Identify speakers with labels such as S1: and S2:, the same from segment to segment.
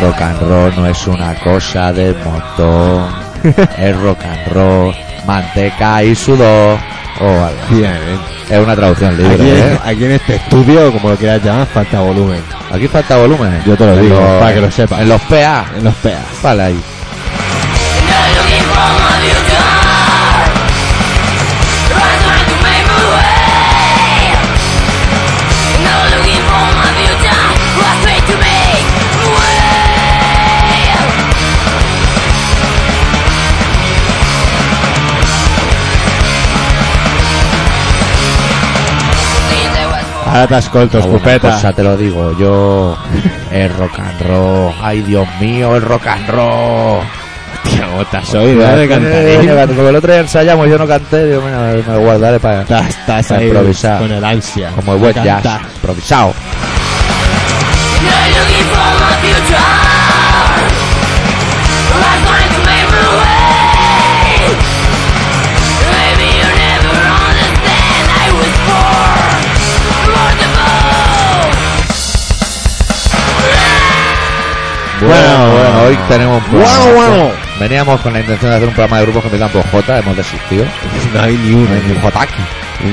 S1: rock and roll no es una cosa del montón. es rock and roll, manteca y sudor. O algo así.
S2: Bien, eh.
S1: Es una traducción libre,
S2: Aquí, en-
S1: ¿eh?
S2: aquí en este estudio, como lo quieras llamar, falta volumen.
S1: Aquí falta volumen.
S2: Yo te lo
S1: En
S2: digo,
S1: los-
S2: para que lo sepas.
S1: En los PA.
S2: En los peas.
S1: Vale, ahí.
S2: Ahora te ascolto,
S1: Alguna
S2: escupeta.
S1: cosa te lo digo yo. El rock and roll. Ay, Dios mío, el rock and roll.
S2: Hostia, cómo estás hoy, ¿no? De cantarín.
S1: Eh, Como el otro día ensayamos, yo no canté. Digo, mira, me lo guardaré para.
S2: Estás, estás
S1: A
S2: ahí
S1: improvisar.
S2: con el ansia.
S1: Como el buen
S2: Me
S1: jazz.
S2: encanta.
S1: Improvisado. Bueno, bueno, hoy tenemos un programa.
S2: Bueno, bueno.
S1: Veníamos con la intención de hacer un programa de grupos que empiezan por J, hemos desistido.
S2: No hay ni uno.
S1: No hay ni un J aquí.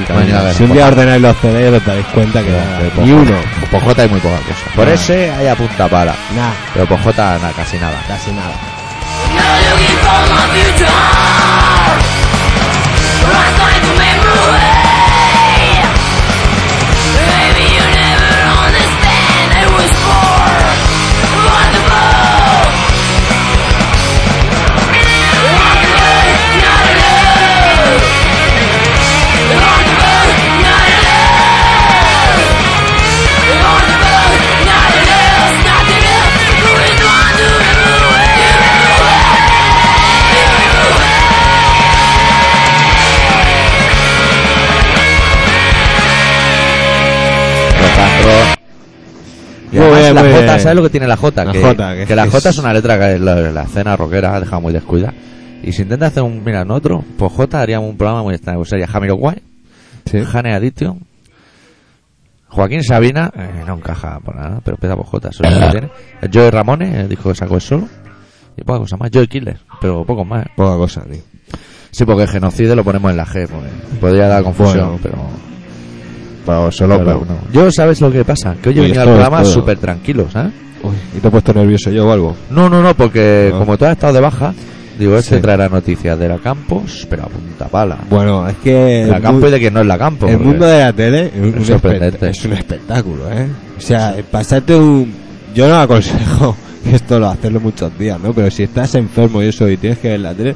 S1: No hay ni una vez
S2: si un
S1: J.
S2: día ordenáis los CDs os daréis cuenta que
S1: Ya, pero
S2: no,
S1: por
S2: ni
S1: J-
S2: uno.
S1: Por J hay muy poca cosa. Por
S2: Ah.
S1: ese hay apunta para.
S2: Nada,
S1: Pero por J nada, casi nada.
S2: casi nada.
S1: Rock and roll. Y
S2: Muy
S1: además
S2: bien,
S1: la
S2: muy
S1: J,
S2: bien.
S1: ¿sabes lo que tiene la J?
S2: La
S1: que,
S2: J, que-
S1: que la
S2: que
S1: J
S2: es-
S1: es una letra que la, la escena rockera ha dejado muy descuida. Y si intenta hacer un, mira, nosotros, por J haríamos un programa muy extraño. Pues sería Jamiroquai,
S2: Sí.
S1: Jane Addiction, Joaquín Sabina, eh, no encaja por nada, pero empieza por J, eso es lo que tiene. Joey Ramones, el disco que sacó el solo. Y poca cosa más, Joey Killer, pero pocos más. ¿eh?
S2: Poca cosa, tío.
S1: Sí, porque genocide lo ponemos en la G, porque podría dar confusión,
S2: Bueno.
S1: pero...
S2: Pero solo,
S1: pero
S2: pero,
S1: no. Yo, ¿sabes lo que pasa? Que hoy he
S2: Oye,
S1: venido al
S2: todo,
S1: programa
S2: todo.
S1: súper tranquilo, ¿sabes?
S2: Uy, ¿y te he puesto nervioso yo o algo?
S1: No, no, no, porque
S2: No.
S1: como tú has estado de baja, digo, este
S2: Sí.
S1: traerá noticias de la Campos, pero a punta pala.
S2: Bueno, es que...
S1: De la
S2: el
S1: Campos
S2: Eh, mu-
S1: y de quien no es la Campos.
S2: el
S1: porque-
S2: mundo de la tele es un,
S1: sorprendente.
S2: espect- es un espectáculo, ¿eh? O sea, pasarte un... Yo no aconsejo esto lo hacerlo muchos días, ¿no? Pero si estás enfermo y eso y tienes que ver la tele...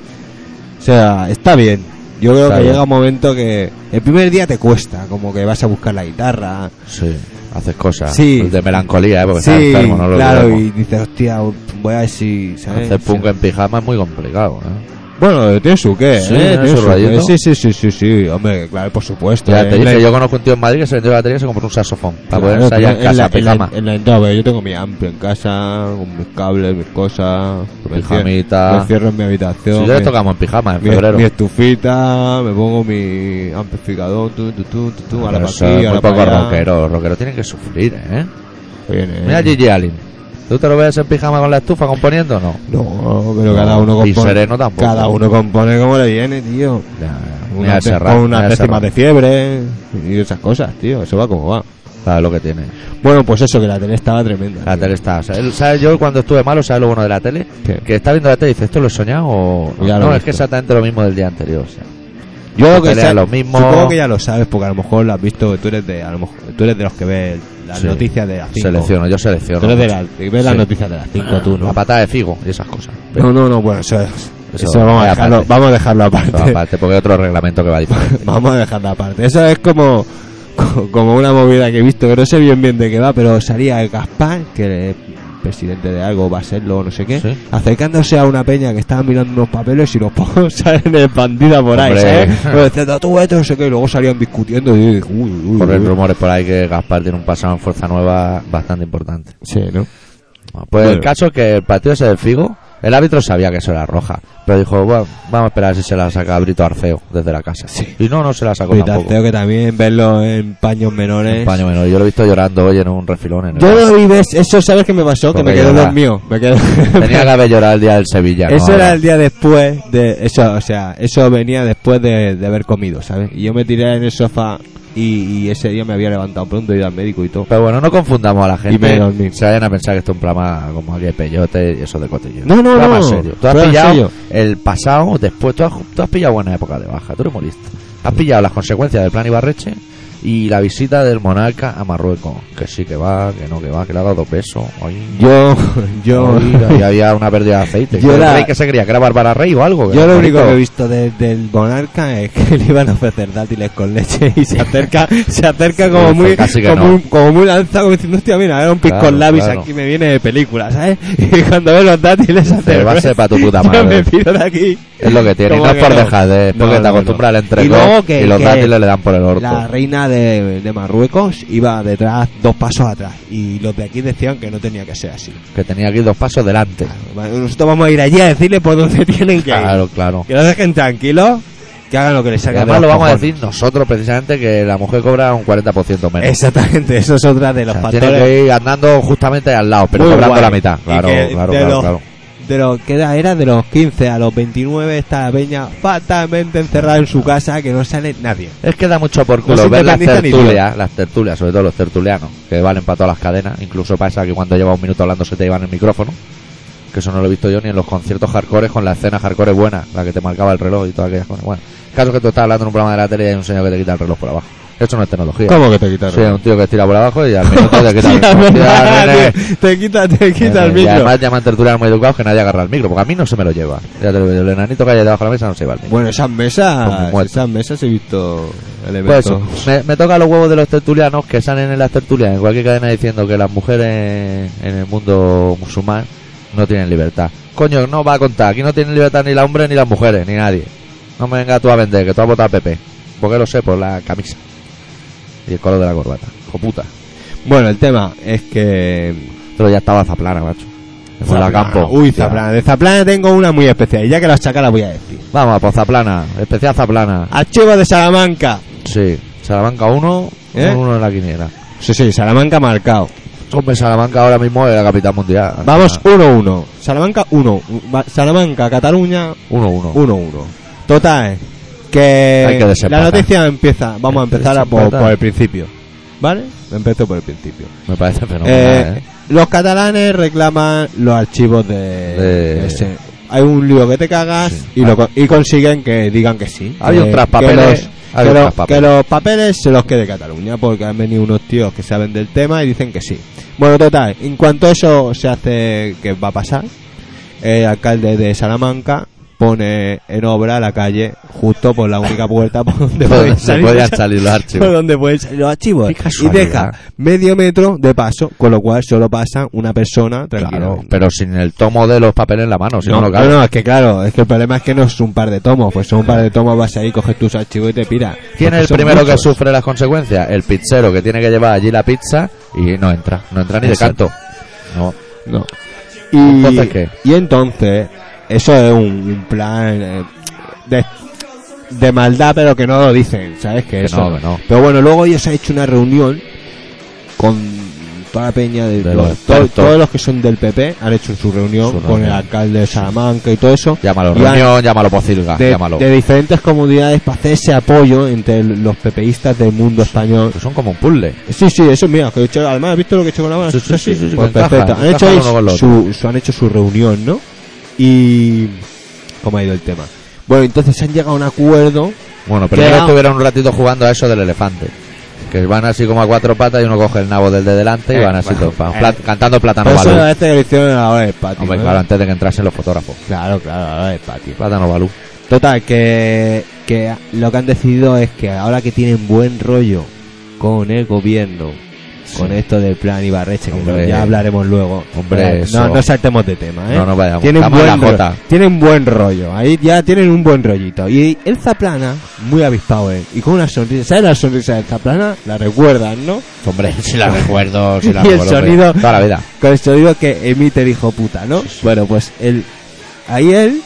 S2: O sea, está bien. Yo creo
S1: Está
S2: que
S1: bien.
S2: llega un momento que... El primer día te cuesta, como que vas a buscar la guitarra...
S1: Sí, haces cosas
S2: Sí.
S1: de melancolía, ¿eh? porque
S2: sí,
S1: estás enfermo, no lo
S2: claro,
S1: olvidemos.
S2: y dices, hostia, voy a ver si... ¿sabes?
S1: Hacer punk
S2: Sí.
S1: en pijama es muy complicado, ¿eh?
S2: Bueno, tiene su qué,
S1: Sí,
S2: ¿eh?
S1: tiene
S2: Tiene
S1: su
S2: su qué.
S1: rayito.
S2: Sí, sí, sí, sí, sí, hombre, claro, por supuesto.
S1: Ya
S2: ¿eh?
S1: te
S2: En la-
S1: dije, yo conozco un tío en Madrid que se vendió la batería y se compró un saxofón para
S2: claro,
S1: poder ensayar en
S2: la-
S1: casa, pues
S2: la-
S1: pijama.
S2: en la entrada, porque yo tengo mi amplio en casa, con mis cables, mis cosas. me encierro-
S1: Pijamita.
S2: Me encierro en mi habitación.
S1: Si yo le
S2: mi-
S1: tocamos en pijama en
S2: eh. mi,
S1: febrero.
S2: mi estufita, me pongo mi amplificador, tu, tu, tu, tu, tu,
S1: Pero
S2: ahora para
S1: eso
S2: aquí,
S1: es muy
S2: ahora
S1: poco
S2: para allá.
S1: rockero, los rockeros tienen que sufrir, ¿eh?
S2: Viene,
S1: Mira
S2: eh.
S1: Gigi Allen. ¿Tú te lo ves en pijama con la estufa componiendo o no?
S2: No, pero cada uno
S1: Y
S2: compone.
S1: sereno tampoco.
S2: Cada uno compone como le viene, tío.
S1: Mira
S2: Una,
S1: el
S2: te-
S1: Serrat,
S2: con unas
S1: mira el
S2: décimas de
S1: Serrat.
S2: fiebre y esas cosas, tío. Eso va como va.
S1: Sabe lo que tiene.
S2: Bueno, pues eso, que la tele estaba tremenda.
S1: La
S2: tío.
S1: tele está. o sea, él- ¿sabes? Yo cuando estuve malo, ¿sabes lo bueno de la tele?
S2: ¿Qué?
S1: Que está viendo la tele y dice, ¿esto lo he soñado o.?
S2: Ya lo
S1: no,
S2: he
S1: es que
S2: visto.
S1: exactamente lo mismo del día anterior. o sea.
S2: Yo
S1: la
S2: creo que
S1: tele
S2: sea-
S1: es lo mismo.
S2: Supongo que ya lo sabes, porque a lo mejor lo has visto. Tú eres de, a lo mejor, tú eres de los que ves las
S1: Sí.
S2: noticias de las 5.
S1: Selecciono, yo
S2: Tú
S1: selecciono.
S2: eres de las que ves las
S1: Sí.
S2: noticias de las 5, tú,
S1: La
S2: ¿no?
S1: patada de figo y esas cosas. Pero,
S2: No, no, no, bueno, eso es.
S1: Eso
S2: Eso, vamos,
S1: es
S2: a dejarlo,
S1: aparte.
S2: vamos a dejarlo
S1: pero
S2: aparte.
S1: aparte, porque hay otro reglamento que va diferente.
S2: vamos a dejarlo aparte. Eso es como. co- Como una movida que he visto, que no sé bien bien de qué va, pero salía el Gaspar, que es presidente de algo, va a serlo, no sé qué,
S1: Sí.
S2: acercándose a una peña que estaba mirando unos papeles y los pocos salen de bandida por ahí,
S1: Hombre.
S2: ¿sabes? Pero diciendo, tú esto, no sé qué, y luego salían discutiendo y yo dije, uy, uy, uy.
S1: Corren rumores por ahí que Gaspar tiene un pasado en Fuerza Nueva bastante importante.
S2: Sí, ¿no?
S1: Pues el
S2: Bueno.
S1: caso es que el partido ese del Figo, el árbitro sabía que eso era roja, Pero dijo, "Bueno, vamos a esperar si se la saca Brito Arceo desde la casa.
S2: Sí.
S1: Y no, no se la sacó tampoco.
S2: Britarceo, que también verlo en paños menores.
S1: Un paño menor. Yo lo he visto llorando hoy en un refilón. En el
S2: Yo
S1: bar.
S2: lo vi, ¿ves? Eso, ¿sabes qué me pasó? Que
S1: Porque
S2: me quedé
S1: lloraba.
S2: dormido. Me quedé...
S1: Tenía que haber llorado el día del Sevilla. ¿no?
S2: Eso era el día después de eso, o sea, eso venía después de, de haber comido, ¿sabes? Y yo me tiré en el sofá y, y ese día me había levantado pronto y ido al médico y todo.
S1: Pero bueno, no confundamos a la
S2: Y me
S1: gente.
S2: dormí.
S1: se vayan a pensar que esto es un programa como aquí de peyote y eso de cotillo.
S2: No, no,
S1: Un programa
S2: no.
S1: serio. Tú has
S2: Programa
S1: pillado
S2: serio.
S1: el pasado, después tú has, tú has pillado buena época de baja. Tú eres muy listo. Has pillado las consecuencias del plan Ibarreche y la visita del monarca a Marruecos. Que sí, que va, que no, que va, que le ha dado peso. Ay,
S2: Yo, yo,
S1: Mira, y había una pérdida de aceite.
S2: Yo
S1: Que el
S2: la-
S1: rey que se creía que era Bárbara Rey o algo.
S2: yo
S1: era
S2: lo único
S1: bonito.
S2: que he visto de- del monarca es que le iban a ofrecer dátiles con leche y se acerca, se acerca como
S1: Sí,
S2: muy,
S1: casi que
S2: como,
S1: no.
S2: un- como muy lanzado, como diciendo, hostia, mira, era un pis
S1: Claro,
S2: con labis,
S1: claro.
S2: aquí me viene de película, ¿sabes? Y cuando veo los dátiles hace
S1: Te va a ser pa' tu puta
S2: "Yo
S1: madre".
S2: me piro de aquí.
S1: Es lo que tiene. Y
S2: Como
S1: no es
S2: que
S1: por
S2: no.
S1: dejar de. es
S2: No,
S1: porque
S2: no,
S1: te
S2: no.
S1: acostumbras al
S2: Y
S1: entrecot
S2: luego
S1: y,
S2: que-
S1: los
S2: que
S1: dátiles le dan por el orto.
S2: La reina de, de Marruecos iba detrás, dos pasos atrás. Y los de aquí decían que no tenía que ser así.
S1: Que tenía aquí dos pasos delante.
S2: Vale, Nosotros vamos a ir allí a decirle por dónde tienen que
S1: Claro, claro.
S2: ir. Que los dejen tranquilos, que hagan lo que les
S1: Que
S2: salga de
S1: además lo
S2: los
S1: vamos a
S2: cojones.
S1: decir nosotros precisamente que la mujer cobra un 40% menos.
S2: Exactamente, eso es otra de
S1: O
S2: los
S1: sea, tiene
S2: factores.
S1: que ir andando justamente al lado, pero
S2: Muy
S1: cobrando
S2: guay.
S1: la mitad.
S2: Y
S1: Claro,
S2: que
S1: claro,
S2: de
S1: claro,
S2: los-
S1: claro.
S2: De lo que era, era de los 15 a los 29 está la peña fatalmente encerrada en su casa que no sale nadie.
S1: Es que da mucho por culo
S2: No se
S1: ver las
S2: independiza ni
S1: tertulias, las tertulias, sobre todo los tertulianos, que valen para todas las cadenas, incluso para esa que cuando lleva un minuto hablando se te llevan el micrófono, que eso no lo he visto yo ni en los conciertos hardcore con la escena hardcore buena, la que te marcaba el reloj y todas aquellas cosas. Bueno, caso que tú estás hablando en un programa de la tele y hay un señor que te quita el reloj por abajo. Eso no es tecnología.
S2: ¿Cómo que te quitas
S1: Sí, un tío que estira por abajo y al minuto te quita el reloj. Hostia, nene.
S2: Te quita, te quita el
S1: Eh, Y
S2: micro.
S1: además llaman tertulianos muy educados que nadie agarra el micro, porque a mí no se me lo lleva. Ya te lo digo, el enanito que hay debajo de la mesa no se va el micro.
S2: Bueno, esas
S1: Como
S2: mesas,
S1: Pues muerto.
S2: esas mesas he visto
S1: Pues
S2: elementos.
S1: eso, me, me toca los huevos de los tertulianos que salen en las tertulias, en cualquier cadena diciendo que las mujeres en el mundo musulmán no tienen libertad. Coño, no va a contar, aquí no tienen libertad ni los hombres ni las mujeres, ni nadie. No me vengas tú a vender, que tú has votado al PP. Porque lo sé por la camisa y el color de la corbata. Hijo puta.
S2: Bueno, el tema es que
S1: Pero ya estaba Zaplana, macho. Se Fue a la
S2: Zaplana.
S1: campo.
S2: Uy,
S1: Hostia.
S2: Zaplana. De Zaplana tengo una muy especial. Y ya que la saca, la voy a decir.
S1: Vamos, pues Zaplana, especial Zaplana.
S2: Archivo de Salamanca.
S1: Sí, Salamanca 1,
S2: ¿Eh?
S1: 1 en la quiniela.
S2: Sí, sí, Salamanca marcado.
S1: Hombre, Salamanca ahora mismo es la capital mundial.
S2: Vamos 1-1. Salamanca 1. Va- Salamanca, Cataluña
S1: 1-1.
S2: 1-1. Total. Que,
S1: Hay que
S2: la
S1: desempatar.
S2: noticia empieza. Vamos a
S1: Hay que
S2: empezar a por,
S1: desempatar.
S2: por el principio. ¿Vale? Empezó por el principio.
S1: Me parece fenomenal,
S2: Eh,
S1: ¿eh?
S2: Los catalanes reclaman los archivos de,
S1: De-
S2: ese. Hay un lío que te cagas
S1: Sí.
S2: y, lo, co- y consiguen que digan que sí.
S1: Había
S2: Eh,
S1: un traspapeles,
S2: que los-
S1: había
S2: que
S1: un
S2: los,
S1: traspapeles.
S2: que los papeles se los quede Cataluña porque han venido unos tíos que saben del tema y dicen que sí. Bueno, total, en cuanto eso se hace que va a pasar, el alcalde de Salamanca pone en obra la calle justo por la única puerta por donde
S1: Por
S2: pueden
S1: donde
S2: salir,
S1: podían salir los archivos.
S2: por donde pueden salir los archivos
S1: Qué
S2: y
S1: casualidad.
S2: deja medio metro de paso, con lo cual solo pasa una persona
S1: Claro,
S2: tranquilamente.
S1: pero sin el tomo de los papeles en la mano, si no,
S2: no,
S1: lo
S2: no,
S1: cabe.
S2: no, es que claro, es que el problema es que no es un par de tomos, pues son un par de tomos, vas ahí, coges tus archivos y te pira.
S1: ¿Quién
S2: Porque
S1: es el
S2: son
S1: primero que
S2: muchos.
S1: sufre las consecuencias? El pizzero que tiene que llevar allí la pizza y no entra, no entra ni de
S2: Exacto.
S1: canto. No.
S2: No. Y,
S1: ¿Entonces qué?
S2: Y entonces, eso es un, un plan eh, de, de maldad, pero que no lo dicen, ¿sabes? Que,
S1: Que
S2: eso.
S1: no, que no.
S2: Pero bueno, luego ellos han hecho una reunión con toda la peña de,
S1: De los
S2: los- to-
S1: expertos.
S2: todos los que son del PP han hecho su reunión
S1: Su
S2: con el
S1: reunión.
S2: alcalde de Salamanca y todo eso.
S1: Llámalo
S2: Y han-
S1: reunión, llámalo pocilga,
S2: de,
S1: llámalo.
S2: de diferentes comunidades para hacer ese apoyo entre los pepeístas del mundo español.
S1: Que Pues Son como un puzzle.
S2: Sí, sí, eso mira, que he hecho, además, ¿has visto lo que he hecho con la mano?
S1: Sí, sí, sí, sí, sí,
S2: Pues
S1: que encaja,
S2: perfecto. Han
S1: encaja
S2: hecho, ahí
S1: uno con lo
S2: su, su- han hecho su reunión, ¿no? Y... ¿Cómo ha ido el tema? Bueno, entonces han llegado a un acuerdo.
S1: Bueno, primero
S2: Pero-
S1: estuvieron un ratito jugando a eso del elefante. Que van así como a cuatro patas y uno coge el nabo del de delante y
S2: Eh,
S1: van así
S2: bueno,
S1: todos pa-
S2: eh.
S1: pla- cantando plátano
S2: Pero eso
S1: balú.
S2: era este que lo hicieron a la hora del patio.
S1: Hombre,
S2: ¿no?
S1: claro, antes de que entrasen los fotógrafos.
S2: claro, claro, a la hora del patio.
S1: Plátano balú.
S2: Total, que, que lo que han decidido es que ahora que tienen buen rollo con el gobierno, con
S1: Sí.
S2: esto del plan Ibarreche, que
S1: Hombre.
S2: lo- ya hablaremos luego.
S1: Hombre,
S2: Eh, no,
S1: eso.
S2: no saltemos de tema, ¿eh?
S1: No nos vayamos.
S2: tienen,
S1: Estamos en
S2: buen
S1: la
S2: ro-
S1: jota.
S2: tienen buen rollo, ahí ya tienen un buen rollito. Y el Zaplana, muy avispado, ¿eh? Y con una sonrisa, ¿sabes la sonrisa del Zaplana? La recuerdan, ¿no?
S1: Hombre, si la recuerdo, si la
S2: Y el
S1: recuerdo. hombre.
S2: sonido-
S1: Toda la vida.
S2: Con el sonido que emite el hijo puta, ¿no? Bueno, pues él, ahí él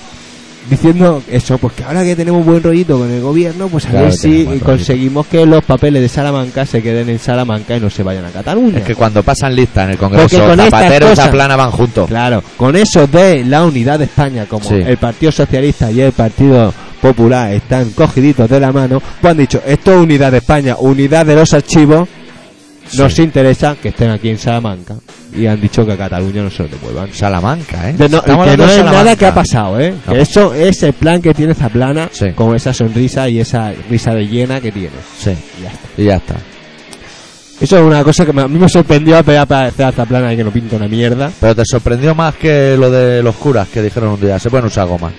S2: diciendo eso, porque ahora que tenemos buen rollito con el gobierno, pues a
S1: Claro
S2: ver
S1: que tenemos
S2: si
S1: buen rollito.
S2: conseguimos que los papeles de Salamanca se queden en Salamanca y no se vayan a Cataluña.
S1: Es que cuando pasan lista en el Congreso,
S2: Porque con estas
S1: Zapatero y
S2: cosas-
S1: Zaplana van juntos.
S2: Claro, con eso de la unidad de España, como
S1: Sí.
S2: el Partido Socialista y el Partido Popular están cogiditos de la mano, pues han dicho, esto es unidad de España, unidad de los archivos, nos
S1: Sí.
S2: interesa que estén aquí en Salamanca. Y han dicho que a Cataluña no se lo devuelvan.
S1: Salamanca, ¿eh?
S2: De no-
S1: Estamos
S2: que
S1: hablando
S2: no
S1: de
S2: es
S1: Salamanca.
S2: nada que ha pasado, ¿eh?
S1: No.
S2: Que eso es el plan que tiene Zaplana
S1: Sí.
S2: con esa sonrisa y esa risa de llena que tiene.
S1: Sí,
S2: Y ya está.
S1: y ya está.
S2: Eso es una cosa que me- a mí me sorprendió a pegar para hacer a Zaplana y que no pinta una mierda.
S1: Pero te sorprendió más que lo de los curas que dijeron un día, se pueden usar goma.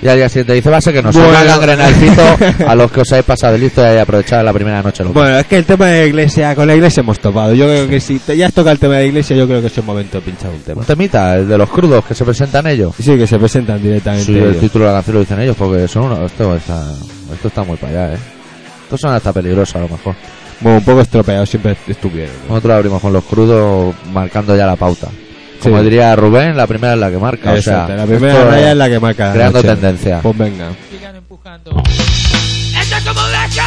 S1: Y al día siguiente dice, va a ser que nos
S2: Bueno.
S1: hagan gangrena el pito a los que os habéis pasado de listo y hayáis aprovechado la primera noche. loco.
S2: Bueno, es que el tema de la iglesia, con la iglesia hemos topado. Yo creo que si te, ya has tocado el tema de la iglesia, yo creo que es el momento de pinchar un tema.
S1: Un temita, el de los crudos que se presentan ellos.
S2: Sí, que se presentan directamente.
S1: Sí, el
S2: ellos.
S1: título de la canción lo dicen ellos porque son unos... Esto está, esto está muy para allá, ¿eh? Esto son hasta peligrosos a lo mejor.
S2: Bueno, un poco estropeados siempre estuvieron. ¿no?
S1: Nosotros abrimos con los crudos marcando ya la pauta.
S2: Sí.
S1: Como diría Rubén, la primera es la que marca.
S2: Exacto,
S1: o sea,
S2: la primera
S1: esto
S2: raya es la que marca. la
S1: creando
S2: noche.
S1: tendencia.
S2: Pues venga.
S3: sigan empujando. ¡Esto es como leche!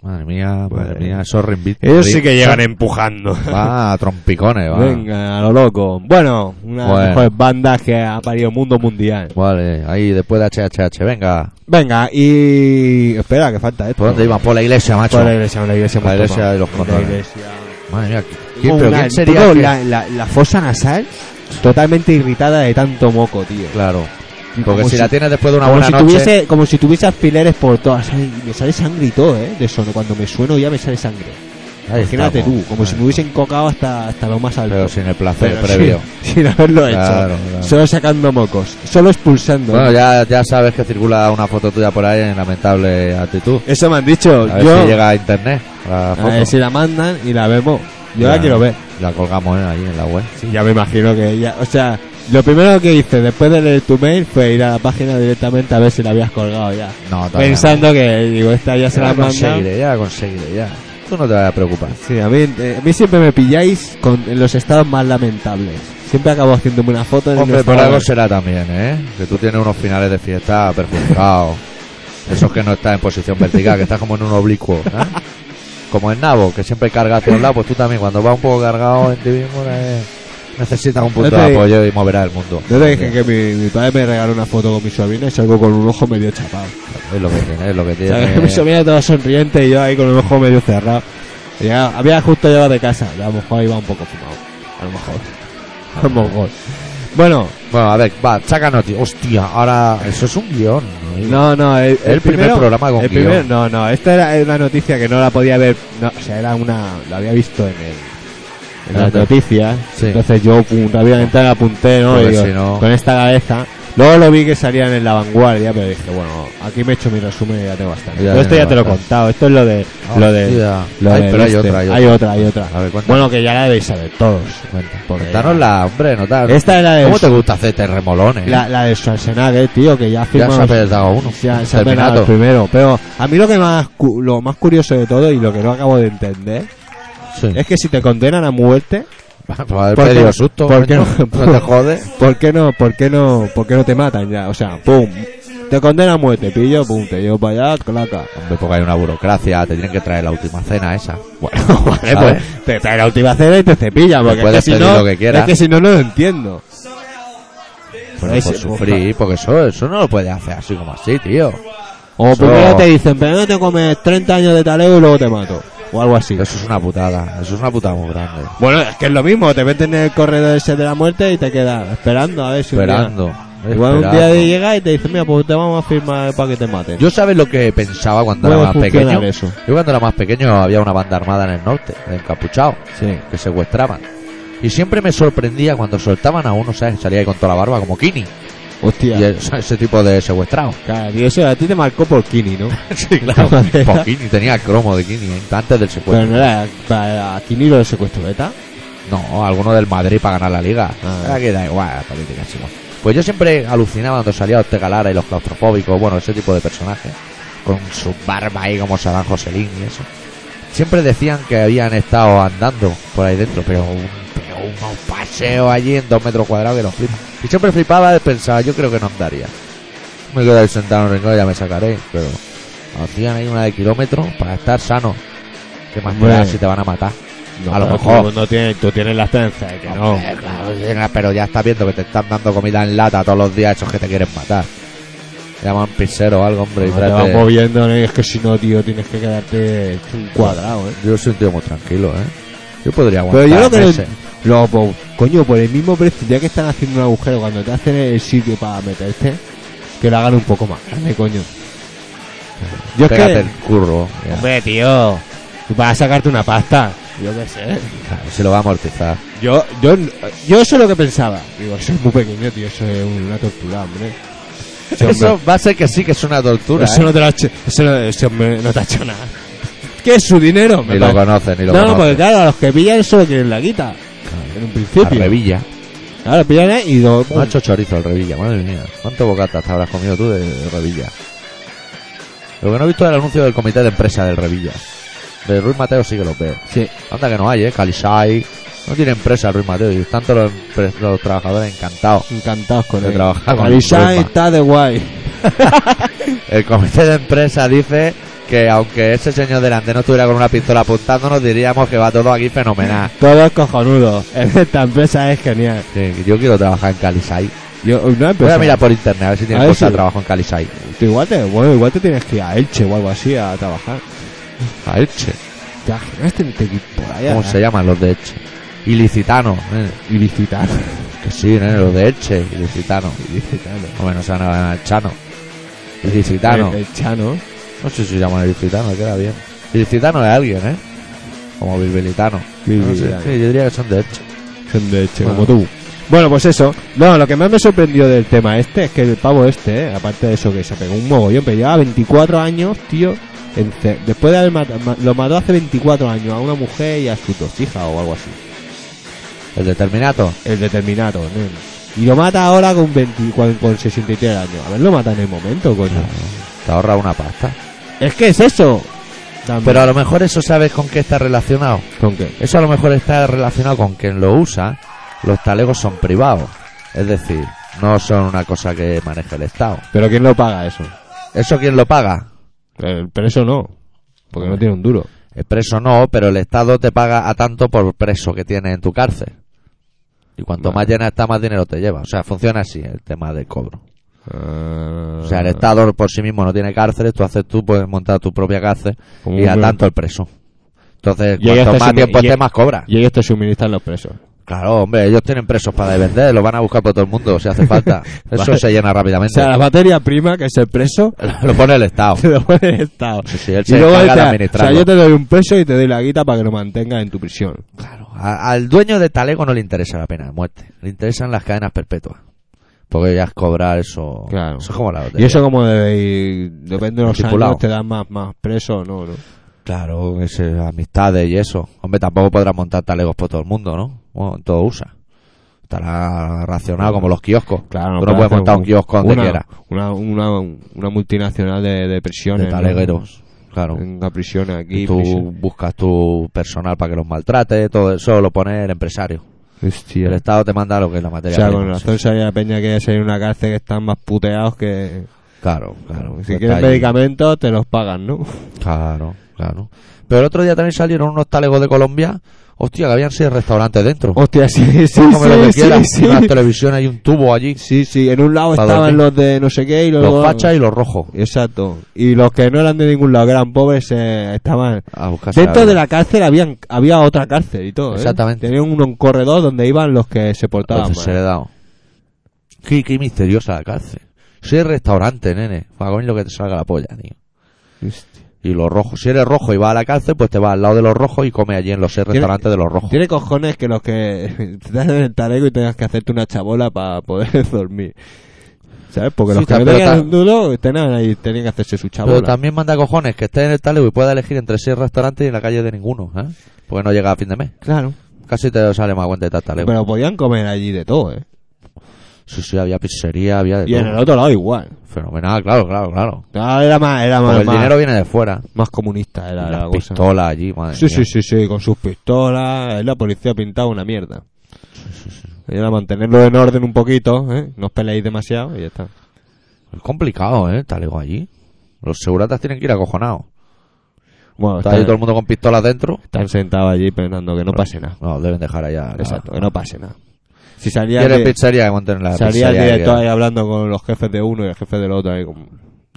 S1: Madre mía, madre
S2: Madre
S1: mía, esos rimbit.
S2: Ellos sí que llegan empujando.
S1: Va a trompicones, va.
S2: Venga, a lo loco. Bueno, una de
S1: Bueno.
S2: las mejores bandas que ha parido el mundo mundial.
S1: Vale, ahí después de HHH, venga.
S2: Venga, y. Espera, que falta esto.
S1: ¿Por dónde iban? Por la iglesia, macho.
S2: Por la iglesia, una iglesia
S1: La
S2: muy
S1: iglesia
S2: guapa.
S1: de los
S2: Una
S1: cojones.
S2: iglesia.
S1: Madre mía, ¿quién, pero
S2: Una-
S1: ¿quién sería?
S2: tío,
S1: que-
S2: la, la- la fosa nasal totalmente irritada de tanto moco, tío.
S1: Claro. Porque
S2: Como
S1: si, la tienes después de una
S2: como
S1: buena
S2: si
S1: noche.
S2: tuviese Como si tuviese alfileres por todas. Ay, me sale sangre y todo, ¿eh? De eso, ¿no? cuando me sueno ya me sale sangre.
S1: Ahí
S2: Imagínate
S1: estamos.
S2: tú, como si me hubiesen cocado hasta, hasta lo más alto.
S1: Pero sin el placer
S2: Pero
S1: previo.
S2: sin, sin
S1: Claro,
S2: haberlo hecho.
S1: claro.
S2: Solo sacando mocos. Solo expulsando.
S1: Bueno, ya, ya sabes que circula una foto tuya por ahí en lamentable actitud.
S2: Eso me han dicho.
S1: A ver
S2: Yo,
S1: si llega a internet la
S2: a
S1: foto.
S2: ver si la mandan y la vemos. Yo
S1: Ya.
S2: la quiero ver.
S1: La colgamos eh, ahí en la web.
S2: Sí, ya me imagino que ella. O sea, lo primero que hice después de leer tu mail fue ir a la página directamente a ver si la habías colgado ya.
S1: No, todavía
S2: Pensando que, digo, esta ya
S1: no.
S2: se
S1: Ya
S2: la
S1: la
S2: manda.
S1: conseguiré, ya la conseguiré, ya. Tú no te vayas a preocupar.
S2: Sí, a mí, eh, a mí siempre me pilláis con, en los estados más lamentables. Siempre acabo haciéndome una foto de
S1: Hombre, por algo será también, ¿eh? Que tú tienes unos finales de fiesta perjudicados. Esos que no estás en posición vertical, que estás como en un oblicuo, ¿eh? Como el nabo, que siempre carga hacia un lado, pues tú también, cuando vas un poco cargado en ti mismo, eh, necesitas un punto
S2: No te
S1: de
S2: digo.
S1: apoyo y moverás el mundo.
S2: Yo te dije que mi, mi padre me regaló una foto con mi sobrina y salgo con un ojo medio chapado.
S1: Es lo que tiene, es lo que
S2: O sea, mi
S1: tiene.
S2: sobrina todo sonriente y yo ahí con el ojo medio cerrado. Y ya, había justo llegado de casa. y A lo mejor iba un poco fumado. A lo mejor. A lo mejor. Bueno,
S1: Bueno, a ver, va, sácanos, tío. Hostia, ahora, eso es un guión. ¿no?
S2: No, no, el,
S1: El primer programa con
S2: el
S1: guión.
S2: primero- No, no, esta era una noticia que no la podía ver. no, o sea, era una. La había visto en el. En las
S1: Claro.
S2: noticias.
S1: Sí.
S2: Entonces yo pum, rápidamente la apunté, ¿no?
S1: Porque
S2: Y digo,
S1: si no-
S2: Con esta cabeza. Luego lo vi que salían en la vanguardia, pero dije, bueno, aquí me he hecho mi resumen y ya tengo bastante.
S1: Ya
S2: Yo esto
S1: tiene
S2: ya te lo he
S1: bastante. Ah,
S2: contado. Esto es lo de. lo de.
S1: Hostia.
S2: lo
S1: Ay,
S2: del
S1: pero hay
S2: este.
S1: otra, hay
S2: Hay
S1: otra.
S2: otra, hay otra.
S1: A ver, cuenta.
S2: Bueno, que ya la debéis saber todos. Porque-
S1: Cuéntanosla, hombre, no tal.
S2: Esta este es la de.
S1: ¿Cómo te gusta hacerte remolones?
S2: La, la de Schwarzenegger, eh, tío, que ya ha
S1: Ya
S2: firmado.
S1: se ha pegado uno.
S2: Ya, se ha
S1: Terminato.
S2: pegado el primero. Pero a mí lo que más cu- lo más curioso de todo y lo que no acabo de entender
S1: Sí.
S2: es que si te condenan a muerte,
S1: Para haber
S2: ¿Eh? ¿Por qué
S1: pedido
S2: no?
S1: susto.
S2: ¿Por qué
S1: coño.
S2: no?
S1: te jodes.
S2: ¿Por qué no, por qué no, por qué no te matan ya? O sea, pum, te condena a muerte, pillo, pum, te llevo para allá, claca.
S1: Hombre, porque hay una burocracia, te tienen que traer la última cena esa.
S2: Bueno,
S1: vale, pues,
S2: te trae la última cena y te cepilla, porque es que
S1: puedes
S2: si
S1: pedir
S2: no,
S1: lo que quieras.
S2: es que si no, no lo entiendo.
S1: Pero
S2: pues, Ahí
S1: por
S2: sí,
S1: Pues sufrir, porque eso, eso no lo puedes hacer así como así, tío.
S2: O
S1: Eso-
S2: primero te dicen, pero no te comes 30 años de taleo y luego te mato. O algo así.
S1: Eso es una putada, eso es una putada muy grande.
S2: Bueno, es que es lo mismo, te meten en el corredor ese de la muerte y te quedas esperando a ver si un día-
S1: Esperando.
S2: Igual un día
S1: esperando.
S2: de llega y te dicen, mira, pues te vamos a firmar para que te maten.
S1: Yo sabes lo que pensaba cuando
S2: Puede
S1: era más
S2: funcionar
S1: pequeño.
S2: eso.
S1: Yo cuando era más pequeño había una banda armada en el norte, de encapuchados,
S2: Sí.
S1: que secuestraban. Y siempre me sorprendía cuando soltaban a uno, ¿sabes? Salía ahí con toda la barba como Kini.
S2: Hostia.
S1: Y es- ese tipo de secuestrados.
S2: Claro, y eso a ti te marcó por Kini, ¿no?
S1: Sí, claro. Pues Kini tenía el cromo de Kini ¿eh? antes del
S2: Pero
S1: secuestro.
S2: no era para a Kini lo del secuestro beta.
S1: No, alguno del Madrid para ganar la liga.
S2: Ah.
S1: Aquí da igual, la política es igual. Pues yo siempre alucinaba cuando salía Ortega Lara y los claustrofóbicos, bueno, ese tipo de personajes, con su barba ahí como San Joselín y eso. Siempre decían que habían estado andando por ahí dentro, pero, un, pero unos paseos allí en dos metros cuadrados que los flipa. Y siempre flipaba de pensar, yo creo que no andaría. Me quedo ahí sentado en el rincón y ya me sacaré, pero hacían ahí una de kilómetros para estar sano. Que más te
S2: Hombre.
S1: da si te van a matar.
S2: No,
S1: a lo
S2: pero
S1: mejor.
S2: Tú, no tienes, tú tienes las trenzas, ¿eh? que no.
S1: Hombre, claro, venga, pero ya estás viendo que te están dando comida en lata todos los días esos que te quieren matar. Llaman pizzero o algo, hombre, y
S2: No te
S1: tráete-
S2: vas moviendo, ¿no? Y es que si no, tío, tienes que quedarte un cuadrado, ¿eh?
S1: Yo soy un tío muy tranquilo, ¿eh? Yo podría aguantar
S2: Pero yo lo que no...
S1: meses.
S2: Lo, po- coño, por el mismo precio, ya que están haciendo un agujero cuando te hacen el sitio para meterte, que lo hagan un poco más grande, coño. Yo es
S1: Pégate
S2: que...
S1: el curro. ya.
S2: Hombre, tío, tú vas a sacarte una pasta. Yo qué sé.
S1: Claro, se lo va a amortizar.
S2: Yo, yo, yo eso es lo que pensaba. Digo, eso es muy pequeño, tío, eso es una tortura, hombre. Ese hombre-
S1: Eso va a ser que sí que es una tortura.
S2: eso
S1: ¿eh?
S2: no te lo ha hecho, eso no, ese hombre no te ha hecho nada. ¿Qué es su dinero? me
S1: Ni lo
S2: parece?
S1: conocen, ni lo
S2: ¿eh? no, no, porque
S1: conocen.
S2: claro, a los que pillan solo quieren la guita. En un
S1: Al
S2: principio.
S1: Revilla.
S2: Claro, pillan eh, y dos.
S1: No ha hecho chorizo el Revilla, madre mía. ¿Cuánto bocatas te habrás comido tú de, de Revilla? Lo que no he visto es el anuncio del comité de empresa del Revilla. De Ruiz Mateo sí que lo veo.
S2: Sí.
S1: Anda que no hay, ¿eh? Calisay. No tiene empresa el Ruiz Mateo. Y tanto los, empre- los trabajadores encantados.
S2: Encantados con
S1: De
S2: él.
S1: trabajar con
S2: Alisai
S1: Roma.
S2: está de guay.
S1: El comité de empresa dice que aunque ese señor delante no estuviera con una pistola apuntándonos, diríamos que va todo aquí fenomenal.
S2: Todo es cojonudo. Esta empresa es genial.
S1: Sí, yo quiero trabajar en Calisay.
S2: Yo, una
S1: Voy
S2: empresa.
S1: a mirar por internet a ver si tiene
S2: Pues A ver
S1: puesto de
S2: si-
S1: trabajo en Calisay.
S2: Tú igual te, bueno, igual te tienes que ir a Elche o algo así a trabajar.
S1: A Elche.
S2: ¿Te imaginas tenerte que ir por allá?
S1: ¿Cómo se llaman los de Elche? Ilicitanos. eh.
S2: Ilicitano.
S1: Que sí, eh, los de Elche. Ilicitanos.
S2: Ilicitano.
S1: Hombre, no se van a llamar Chano. Ilicitano.
S2: El, el Chano.
S1: No sé si se llaman ilicitano, queda bien. Ilicitano es alguien, ¿eh? Como bilbilitano. No sé,
S2: Bilbilitano.
S1: sí, yo diría que son de hecho.
S2: Son de Elche,
S1: Bueno.
S2: como tú. Bueno, pues eso. No, lo que más me sorprendió del tema este es que el pavo este, eh, aparte de eso que se pegó un mogollón, pero llevaba 24 años, tío. ence- Después de haber matado, lo mató hace 24 años a una mujer y a sus dos hijas o algo así.
S1: El determinato.
S2: El determinato, nene. Y lo mata ahora con 20, con, con 63 años. A ver, lo mata en el momento, coño.
S1: Te ahorra una pasta.
S2: Es que es eso. También.
S1: Pero a lo mejor eso sabes con qué está relacionado.
S2: ¿Con qué?
S1: Eso a lo mejor está relacionado con quien lo usa. Los talegos son privados. Es decir, no son una cosa que maneja el Estado.
S2: ¿Pero quién lo paga eso?
S1: ¿Eso quién lo paga?
S2: Eh, Pero eso no. Porque no tiene un duro.
S1: El preso no, pero el Estado te paga a tanto por preso que tienes en tu cárcel. Y cuanto más llena está, más dinero te lleva. O sea, funciona así el tema del cobro.
S2: Ah.
S1: O sea, el Estado por sí mismo no tiene cárceles, tú haces tú, puedes montar tu propia cárcel
S2: Como
S1: y a
S2: un-
S1: tanto el preso. Entonces,
S2: Y ahí
S1: cuanto
S2: está
S1: más
S2: su-
S1: tiempo
S2: y-
S1: estés, más cobras.
S2: Y ellos te suministran los presos.
S1: Claro, hombre, ellos tienen presos para vender, los van a buscar por todo el mundo si hace falta. Eso
S2: Vale.
S1: se llena
S2: O
S1: rápidamente.
S2: sea, la materia prima, que es el preso,
S1: Lo pone el Estado.
S2: te lo pone el Estado.
S1: Sí, sí, él Ah. se encarga
S2: luego
S1: de
S2: te- O sea,
S1: administrarlo.
S2: yo te doy un peso y te doy la guita para que lo mantengas en tu prisión.
S1: Claro, a- al dueño de Talego no le interesa la pena de muerte, le interesan las cadenas perpetuas. Porque ya es cobrar eso.
S2: Claro.
S1: Eso es como la lotería.
S2: Y eso como debe ir, depende de los
S1: Estipulado.
S2: años, te dan más, más preso o no, ¿no?
S1: Claro, ese, amistades y eso. Hombre, tampoco podrás montar talegos por todo el mundo, ¿no? Bueno, en todo USA. Estará racionado como los kioscos. Tú no
S2: pero
S1: puedes
S2: hace
S1: montar un
S2: un-
S1: kiosco donde
S2: una,
S1: quieras.
S2: Una, una, una multinacional de, de prisiones.
S1: De
S2: ¿no?
S1: talegueros. Claro.
S2: Tenga prisiones aquí.
S1: Y tú
S2: prisión.
S1: buscas tu personal para que los maltrate, todo eso lo pone el empresario. Y
S2: Hostia.
S1: el Estado te manda lo que es la
S2: O
S1: materia.
S2: sea,
S1: prima,
S2: con
S1: sí.
S2: razón sabía la peña que hay en una cárcel que están más puteados que...
S1: Claro, claro. pues
S2: si
S1: Está
S2: quieres
S1: ahí.
S2: medicamentos, te los pagan, ¿no?
S1: Claro, claro. Pero el otro día también salieron unos talegos de Colombia. Hostia, que habían seis restaurantes dentro.
S2: Hostia, sí, sí, Oh, sí,
S1: Cómeme lo que
S2: sí,
S1: quieras.
S2: sí.
S1: En las televisiones hay un tubo allí.
S2: Sí, sí, en un lado
S1: Para
S2: estaban
S1: dormir.
S2: los de no sé qué y luego...
S1: Los fachas y los rojos.
S2: Exacto. Y los que no eran de ningún lado, que eran pobres, eh, estaban...
S1: A buscarse
S2: Dentro
S1: vida.
S2: de la cárcel habían, había otra cárcel y todo, ¿eh?
S1: Exactamente.
S2: Tenían un, un corredor donde iban los que se portaban
S1: Entonces se le
S2: mal.
S1: ha dado. Qué, qué misteriosa la cárcel. Si es restaurante, nene. Va a comer lo que te salga la polla, tío. eh,
S2: Hostia.
S1: Y los rojos. Si eres rojo y vas a la cárcel, pues te vas al lado de los rojos y comes allí en los seis
S2: Tiene-
S1: restaurantes de los rojos.
S2: Tiene cojones que los que te dan el talego y tengas que hacerte una chabola para poder dormir. ¿Sabes? Porque
S1: Sí,
S2: los que no
S1: pero
S2: tenían
S1: ta-
S2: duro tenían, ahí, tenían que hacerse su
S1: Pero
S2: chabola.
S1: también manda cojones que estés en el talego y puedas elegir entre seis restaurantes y en la calle de ninguno, ¿eh? Porque no llega a fin de mes.
S2: claro.
S1: Casi te sale más cuenta de tal talego.
S2: Pero podían comer allí de todo, ¿eh?
S1: Sí, sí, había pizzería, había de
S2: Y en el
S1: todo.
S2: otro lado igual.
S1: Fenomenal, claro, claro, claro.
S2: Ah, era más, era
S1: Porque
S2: más,
S1: el
S2: más,
S1: dinero viene de fuera.
S2: más comunista, era
S1: Y
S2: la
S1: las
S2: cosa.
S1: pistolas allí, madre
S2: Sí,
S1: mía.
S2: sí, sí, sí, con sus pistolas. eh, La policía pintaba una mierda. Y era mantenerlo en orden un poquito, ¿eh? No os peleéis demasiado y ya está.
S1: Es complicado, ¿eh? el Talego allí. Los seguratas tienen que ir acojonados.
S2: Bueno,
S1: Pues Está ahí
S2: están,
S1: todo el mundo con pistolas dentro.
S2: están sentados allí pensando que no pase nada.
S1: No, deben dejar allá. la-
S2: Exacto, que no pase nada. Si salía,
S1: Quieren
S2: el-
S1: pizzería que monten en la
S2: salía el
S1: pizzería eh.
S2: director
S1: que-
S2: ahí hablando con los jefes de uno y el jefe del otro ahí como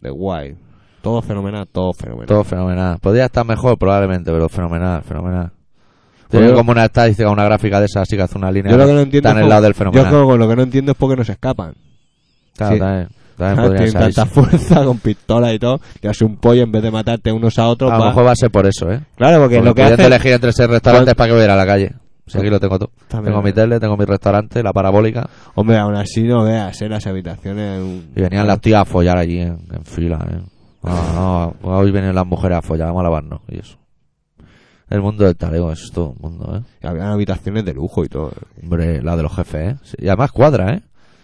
S2: de guay. Todo fenomenal, todo fenomenal.
S1: Todo fenomenal. Podría estar mejor probablemente, pero fenomenal, fenomenal. Tiene
S2: Bueno,
S1: como una estadística, una gráfica de esas, así que hace una línea.
S2: yo lo que no entiendo
S1: Está en
S2: es
S1: el lado
S2: cómo-
S1: del fenomenal.
S2: Yo creo que lo que no entiendo es por qué no se escapan.
S1: Claro,
S2: sí.
S1: también, también
S2: Ah,
S1: podría
S2: Tienen
S1: ser
S2: tanta
S1: eso.
S2: fuerza con pistolas y todo que hace un pollo en vez de matarte unos a otros.
S1: A lo
S2: va-
S1: mejor va a ser por eso, ¿eh?
S2: Claro, porque
S1: Porque
S2: lo que
S1: pudiendo
S2: hace Pues-
S1: elegir entre seis restaurantes para que voy a ir a la calle. Si aquí lo tengo todo.
S2: También,
S1: tengo mi
S2: eh.
S1: tele, tengo mi restaurante, la parabólica.
S2: Hombre, aún así no veas, ¿eh? Las habitaciones... un-
S1: Y venían las tías a follar allí en, en fila, ¿eh? Ah, no, hoy vienen las mujeres a follar, vamos a lavarnos y eso. El mundo del talego, eso es todo el mundo, ¿eh?
S2: Habían habitaciones de lujo y todo.
S1: Hombre, la de los jefes, ¿eh? Sí, Y además cuadra,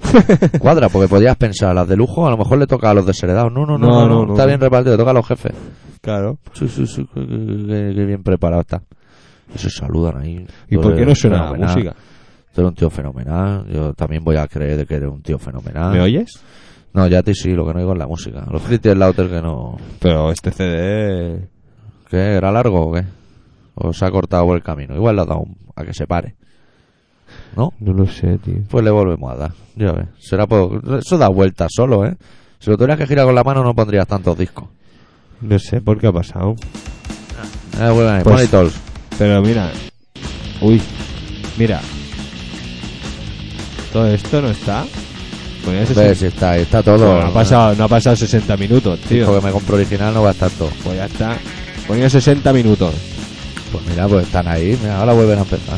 S1: ¿eh? cuadra, porque podías pensar, las de lujo a lo mejor le toca a los desheredados. No, no, no,
S2: No,
S1: no,
S2: no,
S1: no,
S2: no,
S1: está
S2: no.
S1: bien repartido, le toca a los jefes.
S2: Claro.
S1: Sí, sí, sí, qué, qué- qué bien preparado está. Y se saludan ahí.
S2: ¿Y
S1: Tú
S2: por qué
S1: eres
S2: no suena la
S1: fenomenal,
S2: música?
S1: Tú eres un tío fenomenal, yo también voy a creer de que eres un tío fenomenal.
S2: ¿Me oyes?
S1: No, ya a ti sí, lo que no digo es la música. Los Fritz Lauter que no...
S2: Pero este CD...
S1: ¿Qué? ¿Era largo o qué? ¿O se ha cortado por el camino? Igual le ha dado un- a que se pare. ¿No?
S2: No lo sé, tío.
S1: Pues le volvemos a dar. Ya ves. Será por... Eso da vueltas solo, ¿eh? Si lo tuvieras que girar con la mano no pondrías tantos discos.
S2: No sé por qué ha pasado.
S1: Eh, bueno, ahí,
S2: Pues-
S1: Money Talks.
S2: Pero mira... Uy. Mira. Todo esto no está... Ponía
S1: Ves,
S2: 60.
S1: está, ahí, está todo.
S2: No ha pasado, no ha pasado 60 minutos, tío.
S1: Porque me compro original no va a estar todo.
S2: Pues ya está. Ponía 60 minutos.
S1: Pues mira, pues están ahí. Mira, ahora vuelven a empezar.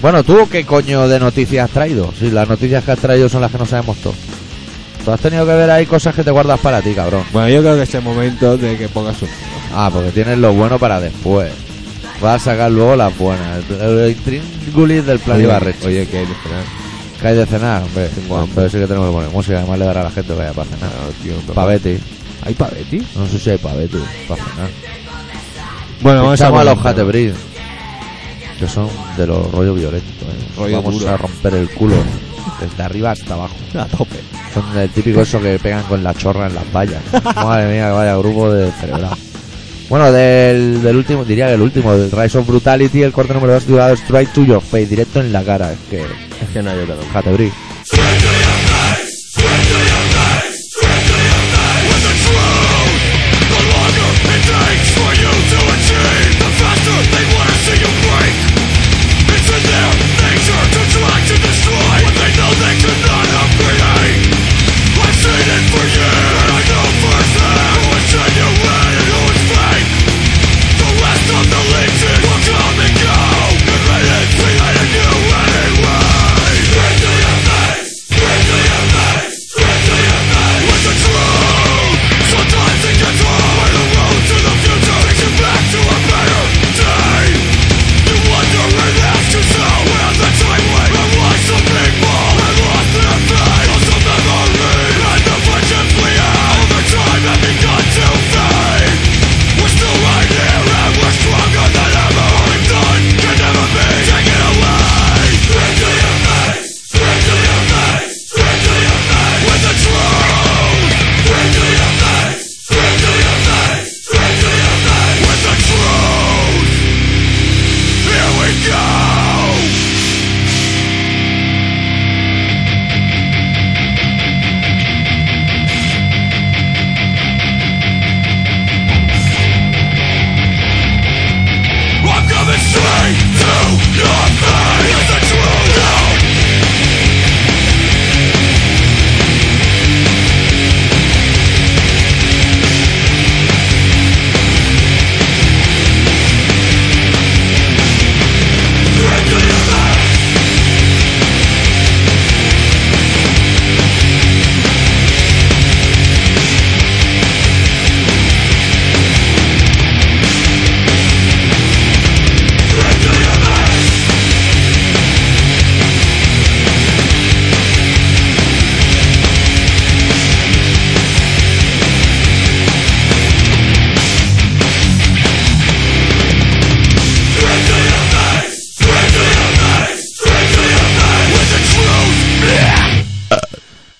S1: Bueno, ¿tú qué coño de noticias has traído? Si las noticias que has traído son las que no sabemos todos. Tú has tenido que ver ahí cosas que te guardas para ti, cabrón.
S2: Bueno, yo creo que es el momento de que pongas un...
S1: Ah, porque tienes lo bueno para después. Vas a sacar luego las buenas. El- El intríngulis del plan Ibarreche.
S2: Oye, que hay que esperar.
S1: Que hay de cenar, hombre.
S2: Tengo
S1: Bueno,
S2: hambre.
S1: pero sí que tenemos que poner música. Además le dará a la gente que vaya para cenar.
S2: No, tío, no.
S1: Paveti.
S2: ¿Hay pavetti?
S1: No sé si hay paveti para cenar.
S2: Bueno,
S1: Vamos a los
S2: poner un tema.
S1: Hatebreed. Que son de los rollos violentos. eh.
S2: Rollo
S1: Vamos
S2: duro.
S1: a romper el culo. Desde arriba hasta abajo.
S2: A tope.
S1: Son el típico eso que pegan con la chorra en las vallas. Madre mía, vaya grupo de cerebral. Bueno, del, del último, diría que el último, del Rise of Brutality, el corte número 2 titulado Strike to Your Face, directo en la cara. Es que,
S2: Es que no hay otra cosa.
S1: Hatebreed.
S3: Straight to your face! Straight to your face! Straight to your face!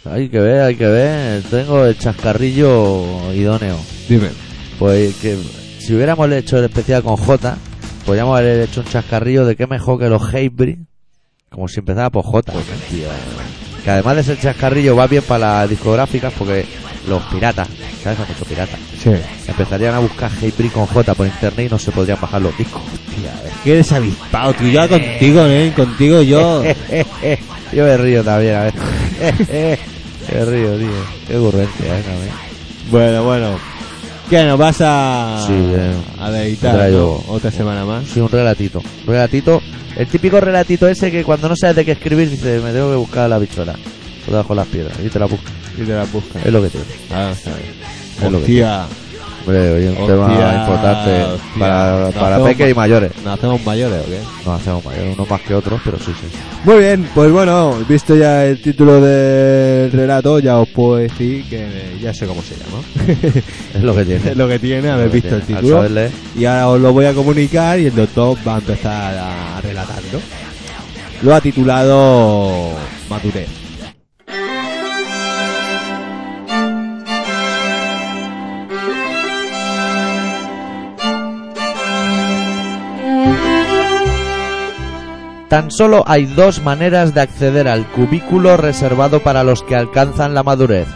S1: Hay que ver, hay que ver. Tengo el chascarrillo idóneo.
S2: Dime.
S1: Pues que si hubiéramos hecho el especial con J, podríamos haber hecho un chascarrillo de qué mejor que los Hatebreed. Como si empezara por J. Que además de ese chascarrillo va bien para las discográficas porque los piratas, ¿sabes? Los piratas.
S2: Sí.
S1: Empezarían a buscar Hatebreed con J por internet y no se podrían bajar los discos.
S2: Qué desavispado, tú ya contigo, ¿eh? Contigo yo.
S1: Yo me río también, a ver. me río, tío. Qué ocurrencia, eh, también.
S2: bueno, bueno. ¿Qué nos vas a.
S1: Sí, eh,
S2: a deleitar
S1: traigo-
S2: ¿no? otra semana más?
S1: Sí, un relatito. Relatito. El típico relatito ese que cuando no sabes de qué escribir dices, me tengo que buscar la bichola. Por debajo de las piedras. Y te la buscas.
S2: Y te la buscas.
S1: Es lo que tiene.
S2: Ah, está bien.
S1: Es lo que
S2: Hostia,
S1: Hombre, oye, un
S2: Hostia,
S1: tema importante
S2: hostia.
S1: para,
S2: Nos
S1: para
S2: hacemos
S1: peques y
S2: ma-
S1: mayores.
S2: ¿nos hacemos mayores o qué?
S1: No hacemos mayores, unos más que otros, pero sí, sí.
S2: Muy bien, pues bueno, visto ya el título del relato, ya os puedo decir que eh, ya sé cómo se llama.
S1: Es lo que tiene.
S2: es lo que tiene haber
S1: Es lo que
S2: visto el
S1: tiene. Al
S2: título.
S1: saberle,
S2: Y ahora os lo voy a comunicar y el doctor va a empezar a relatarlo. Lo ha titulado Maturé.
S1: Tan solo hay dos maneras de acceder al cubículo reservado para los que alcanzan la madurez.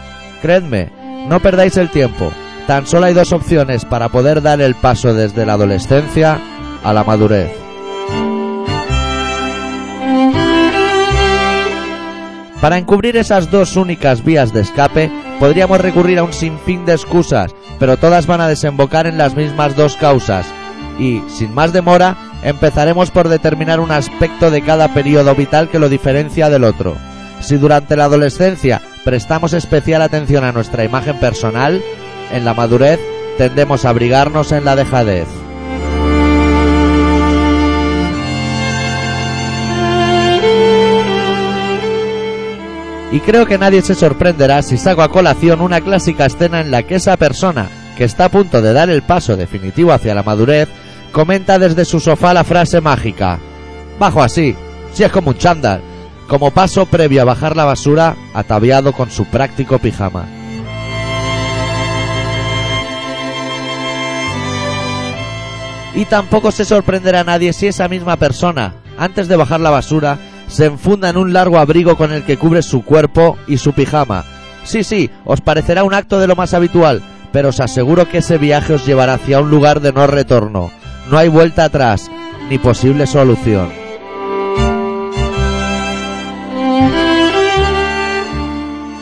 S1: Creedme, no perdáis el tiempo. Tan solo hay dos opciones para poder dar el paso desde la adolescencia a la madurez. Para encubrir esas dos únicas vías de escape, podríamos recurrir a un sinfín de excusas, pero todas van a desembocar en las mismas dos causas. Y, sin más demora, empezaremos por determinar un aspecto de cada periodo vital que lo diferencia del otro. Si durante la adolescencia prestamos especial atención a nuestra imagen personal, en la madurez tendemos a abrigarnos en la dejadez. Y creo que nadie se sorprenderá si saco a colación una clásica escena en la que esa persona, que está a punto de dar el paso definitivo hacia la madurez, comenta desde su sofá la frase mágica. Bajo así, si es como un chándal, como paso previo a bajar la basura, ataviado con su práctico pijama. Y tampoco se sorprenderá a nadie si esa misma persona, antes de bajar la basura, se enfunda en un largo abrigo con el que cubre su cuerpo y su pijama. Sí, sí, os parecerá un acto de lo más habitual, pero os aseguro que ese viaje os llevará hacia un lugar de no retorno. No hay vuelta atrás, ni posible solución.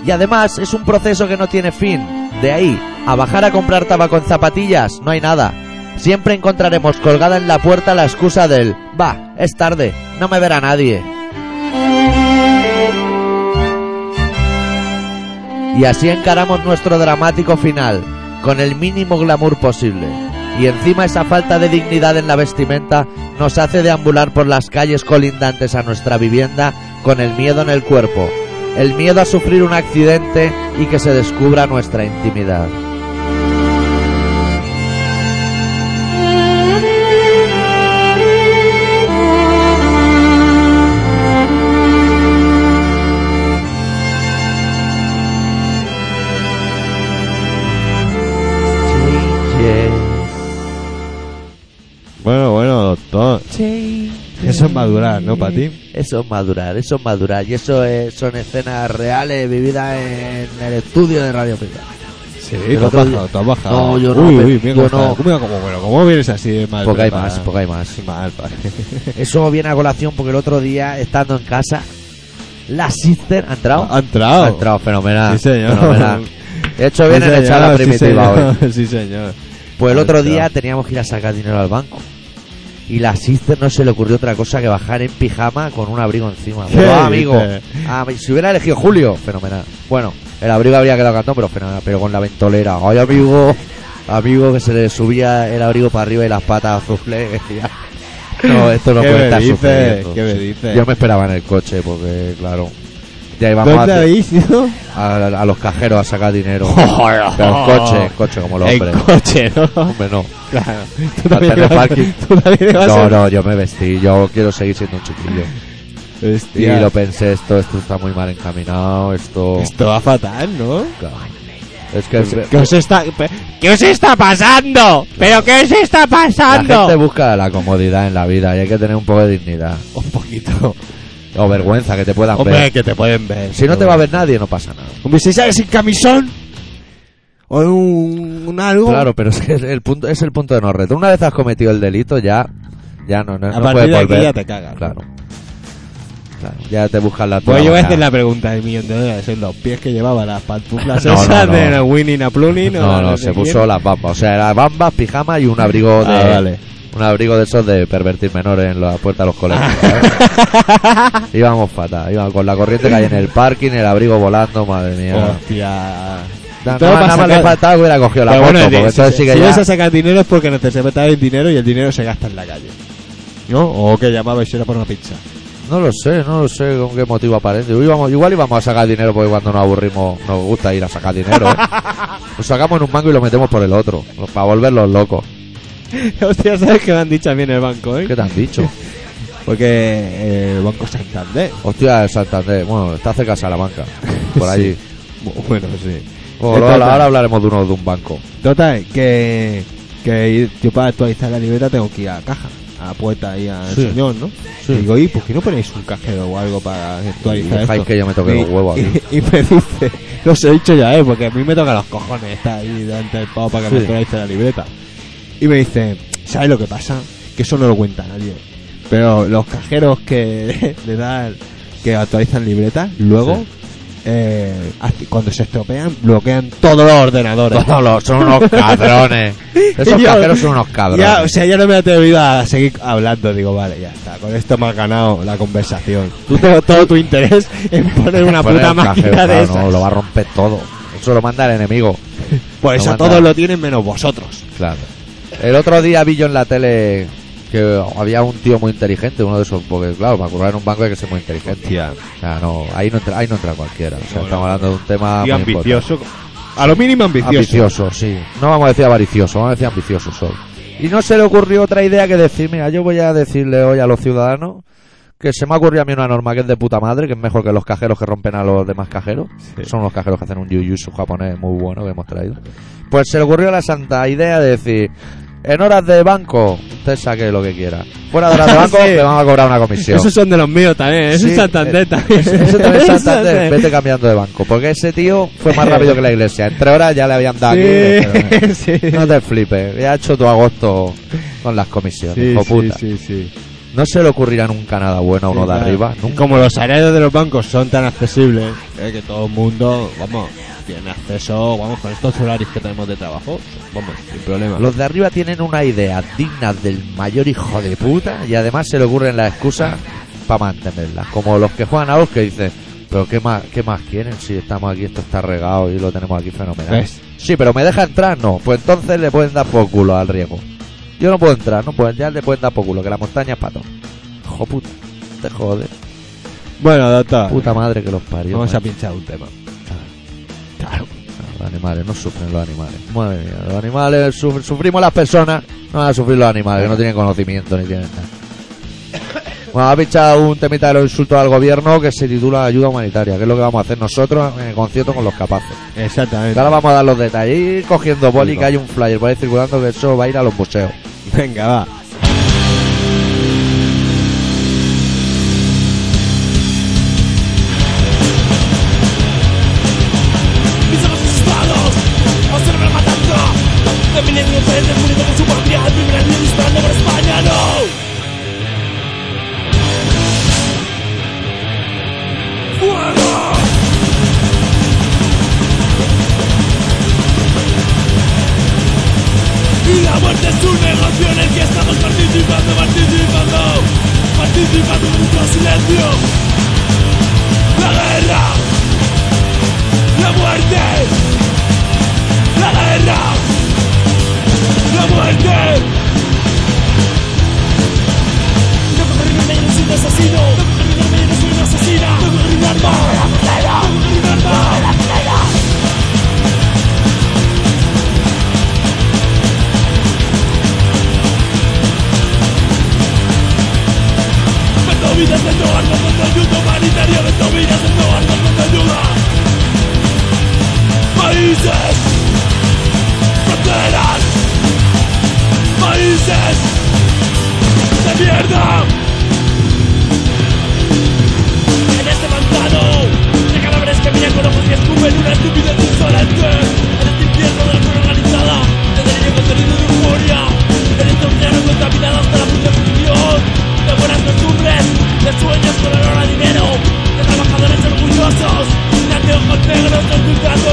S1: Y además es un proceso que no tiene fin. De ahí, a bajar a comprar tabaco en zapatillas, no hay nada. Siempre encontraremos colgada en la puerta la excusa del, va, es tarde, no me verá nadie. Y así encaramos nuestro dramático final, con el mínimo glamour posible. Y encima esa falta de dignidad en la vestimenta nos hace deambular por las calles colindantes a nuestra vivienda con el miedo en el cuerpo, el miedo a sufrir un accidente y que se descubra nuestra intimidad.
S2: Bueno, bueno, doctor. Eso es madurar, ¿no, para ti?
S1: Eso es madurar, eso es madurar. Y eso es- son escenas reales vividas en el estudio de Radio Pica.
S2: Sí,
S1: El
S2: tú has
S1: otro día-
S2: bajado, tú has bajado.
S1: No, yo no,
S2: Uy,
S1: pero-
S2: uy, mira
S1: yo
S2: cómo está.
S1: no.
S2: Mira cómo- bueno, ¿cómo vienes así de mal?
S1: Porque hay
S2: preparado?
S1: más, porque hay más.
S2: Mal, padre.
S1: Eso viene a colación porque el otro día, estando en casa, la sister ha entrado.
S2: Ha entrado.
S1: Ha entrado, fenomenal.
S2: Sí, señor.
S1: fenomenal. De hecho, viene
S2: Sí,
S1: en echar la
S2: señor, sí,
S1: primitiva hoy.
S2: señor, Sí, señor.
S1: Pues el
S2: Ha
S1: otro
S2: entrado.
S1: día teníamos que ir a sacar dinero al banco. Y la sister no se le ocurrió otra cosa que bajar en pijama con un abrigo encima.
S2: ¿Qué
S1: Bueno, amigo,
S2: dices?
S1: a mí- si hubiera elegido Julio, fenomenal. Bueno, el abrigo habría quedado cantón, pero fenomenal. Pero con la ventolera, ay amigo, amigo que se le subía el abrigo para arriba y las patas azules. decía, No, esto no
S2: ¿Qué
S1: puede
S2: me
S1: estar
S2: dices?
S1: sucediendo.
S2: ¿Qué me
S1: Sí.
S2: dices?
S1: Yo me esperaba en el coche porque, claro, ya íbamos
S2: ¿Dónde
S1: a,
S2: habéis ido?
S1: a- a los cajeros a sacar dinero. Pero en coche, en coche como los
S2: En
S1: hombres.
S2: coche, ¿no?
S1: Hombre, no.
S2: Claro. Tú
S1: Al
S2: también
S1: tener
S2: ibas-
S1: parking.
S2: Tú también ibas
S1: No,
S2: en-
S1: no, yo me vestí, yo quiero seguir siendo un chiquillo. Y
S2: Hostia.
S1: lo pensé, esto, esto está muy mal encaminado, esto...
S2: Esto va fatal, ¿no? Pues,
S1: Es que...
S2: ¿Qué os está, pe- ¿qué os está pasando? ¿Pero qué os está
S1: La gente
S2: pasando?
S1: busca la comodidad en la vida y hay que tener un poco de dignidad.
S2: Un poquito.
S1: O vergüenza, que te puedan
S2: Hombre,
S1: ver.
S2: que te pueden ver.
S1: Si no te va a ver nadie, no pasa nada.
S2: Hombre, si sales sin camisón o un, un algo.
S1: Claro, pero es que es el punto, es el punto de no retorno. Una vez has cometido el delito, ya, ya no, no,
S2: A
S1: no
S2: partir
S1: puedes
S2: de aquí
S1: volver.
S2: ya te cagas.
S1: Claro. Claro, Ya te buscan la
S2: Pues
S1: tuya
S2: yo voy a
S1: manera.
S2: hacer la pregunta del millón de dólares. En los pies que llevaba las pantuflas
S1: No, no,
S2: esas
S1: no.
S2: de Winning a Plunin. o
S1: No, no,
S2: de
S1: se
S2: quién.
S1: puso las bambas. O sea, las bambas, pijama y un abrigo de.
S2: Ah, vale.
S1: Un abrigo de esos de pervertir menores en la puerta de los colegios. ¿sabes? íbamos fatal, íbamos con la corriente que hay en el parking, el abrigo volando, madre mía.
S2: Hostia.
S1: Nada,
S2: todo
S1: nada
S2: para
S1: más le
S2: sacar-
S1: faltaba que hubiera cogido la
S2: Pero
S1: moto,
S2: Pues bueno,
S1: porque
S2: si,
S1: entonces
S2: si
S1: sí que ya-
S2: vas a sacar dinero es porque necesitas el dinero y el dinero se gasta en la calle. ¿No? O que llamaba y si era por una pizza.
S1: No lo sé, no lo sé con qué motivo aparente. Íbamos- igual íbamos a sacar dinero porque cuando nos aburrimos nos gusta ir a sacar dinero. ¿eh? Lo sacamos en un mango y lo metemos por el otro, para volverlos locos.
S2: Hostia, ¿sabes qué me han dicho a mí en el banco, eh?
S1: ¿Qué te han dicho?
S2: Porque eh, el Banco Santander.
S1: Hostia, el Santander, bueno, está cerca de Salamanca, por
S2: Sí.
S1: allí.
S2: Bu- Bueno, sí.
S1: O-
S2: Entonces-
S1: ahora, ahora hablaremos de uno de un banco.
S2: Total, que, que ir- yo para actualizar la libreta tengo que ir a la caja, a la puerta y al
S1: Sí.
S2: señor, ¿no?
S1: Sí.
S2: Y digo, ¿y por qué no ponéis un cajero o algo para
S1: Y
S2: actualizar
S1: dejáis
S2: esto?
S1: que yo me toque
S2: Y-
S1: los huevos. aquí.
S2: Y, y me dice, no se he dicho ya, ¿eh? Porque a mí me toca los cojones estar ahí delante del pavo para que me
S1: Sí.
S2: actualice la libreta. Y me dice, ¿sabes lo que pasa? Que eso no lo cuenta nadie. Pero los cajeros que le dan, que actualizan libretas, luego,
S1: Sí.
S2: eh, hace- cuando se estropean, bloquean todos los ordenadores.
S1: Todos los- son unos cabrones. Esos
S2: Yo-
S1: cajeros son unos cabrones.
S2: Ya, o sea, ya no me he atrevido a seguir hablando. Digo, vale, ya está. Con esto me has ganado la conversación. Tú tengo todo tu interés en poner una
S1: Poner
S2: puta
S1: un cajero,
S2: máquina de
S1: claro,
S2: esas.
S1: no, lo va a romper todo. Eso lo manda el enemigo.
S2: Por
S1: lo
S2: Pues eso
S1: manda.
S2: todos lo tienen menos vosotros.
S1: Claro. El otro día vi yo en la tele que había un tío muy inteligente, uno de esos, porque claro, para currar en un banco hay que ser muy inteligente. O sea, no, ahí no entra, ahí no entra cualquiera. O sea,
S2: No,
S1: estamos
S2: no.
S1: hablando de un tema muy importante.
S2: A lo mínimo ambicioso.
S1: Ambicioso, sí. No vamos a decir avaricioso, vamos a decir ambicioso solo. Y no se le ocurrió otra idea que decir, mira, yo voy a decirle hoy a los ciudadanos que se me ha ocurrido a mí una norma que es de puta madre, que es mejor que los cajeros que rompen a los demás cajeros.
S2: Sí.
S1: Son los cajeros que hacen un yu-yusu japonés muy bueno que hemos traído. Pues se le ocurrió la santa idea de decir, en horas de banco, usted saque lo que quiera. Fuera de horas de banco,
S2: Sí.
S1: le vamos a cobrar una comisión.
S2: Esos son de los míos también. Eso
S1: Sí,
S2: es Santander
S1: eh,
S2: también.
S1: ese- ese también es
S2: Eso es
S1: Santander.
S2: de-
S1: Vete cambiando de banco. Porque ese tío fue más rápido que la iglesia. En tres horas ya le habían dado. aquí, pero, eh,
S2: Sí, sí.
S1: no te flipes. Ya ha hecho tu agosto con las comisiones.
S2: Sí,
S1: hijo
S2: sí,
S1: puta.
S2: sí, sí.
S1: No se le ocurrirá nunca nada bueno a uno
S2: Sí,
S1: de
S2: claro.
S1: arriba.
S2: Y
S1: Nunca.
S2: Como los salarios de los bancos son tan accesibles eh, que todo el mundo, vamos, tiene acceso, vamos, con estos horarios que tenemos de trabajo, vamos, sin problema.
S1: Los de arriba tienen una idea digna del mayor hijo de puta y además se le ocurren las excusas para mantenerlas. Como los que juegan a los que dicen, pero qué más, qué más quieren si estamos aquí, esto está regado y lo tenemos aquí fenomenal.
S2: ¿Ves?
S1: Sí, pero me deja entrar, no. Pues entonces le pueden dar por culo al riego. Yo no puedo entrar, no pues ya le pueden dar por culo, que la montaña es pato. Hijo puta, te jode.
S2: Bueno, doctor,
S1: Puta madre que los parió.
S2: vamos a
S1: macho.
S2: pinchar un tema. Claro.
S1: Los animales, no sufren los animales. Madre mía, los animales, suf- sufrimos las personas, no van a sufrir los animales, que no tienen conocimiento ni tienen nada. Bueno, ha pinchado un temita de los insultos al gobierno que se titula Ayuda Humanitaria, que es lo que vamos a hacer nosotros en el concierto con los capaces.
S2: Exactamente.
S1: Ahora vamos a dar los detalles. Ir cogiendo boli, que hay un flyer por ahí circulando que eso va a ir a los museos.
S2: Venga, va.
S4: mis ojos asustados Observan matando De mi negro frente muriendo con su patria El primer año disparando por España, no ¡Fuego! Y la muerte es un negocio en el que estamos participando, participando Participando en nuestro silencio La guerra la muerte, la guerra, la muerte. No puedo arruinarme, yo no soy un asesino. No puedo arruinarme, yo no soy una asesina. No puedo arruinarme. No puedo arruinarme. Vendo vidas, vendo armas, vendo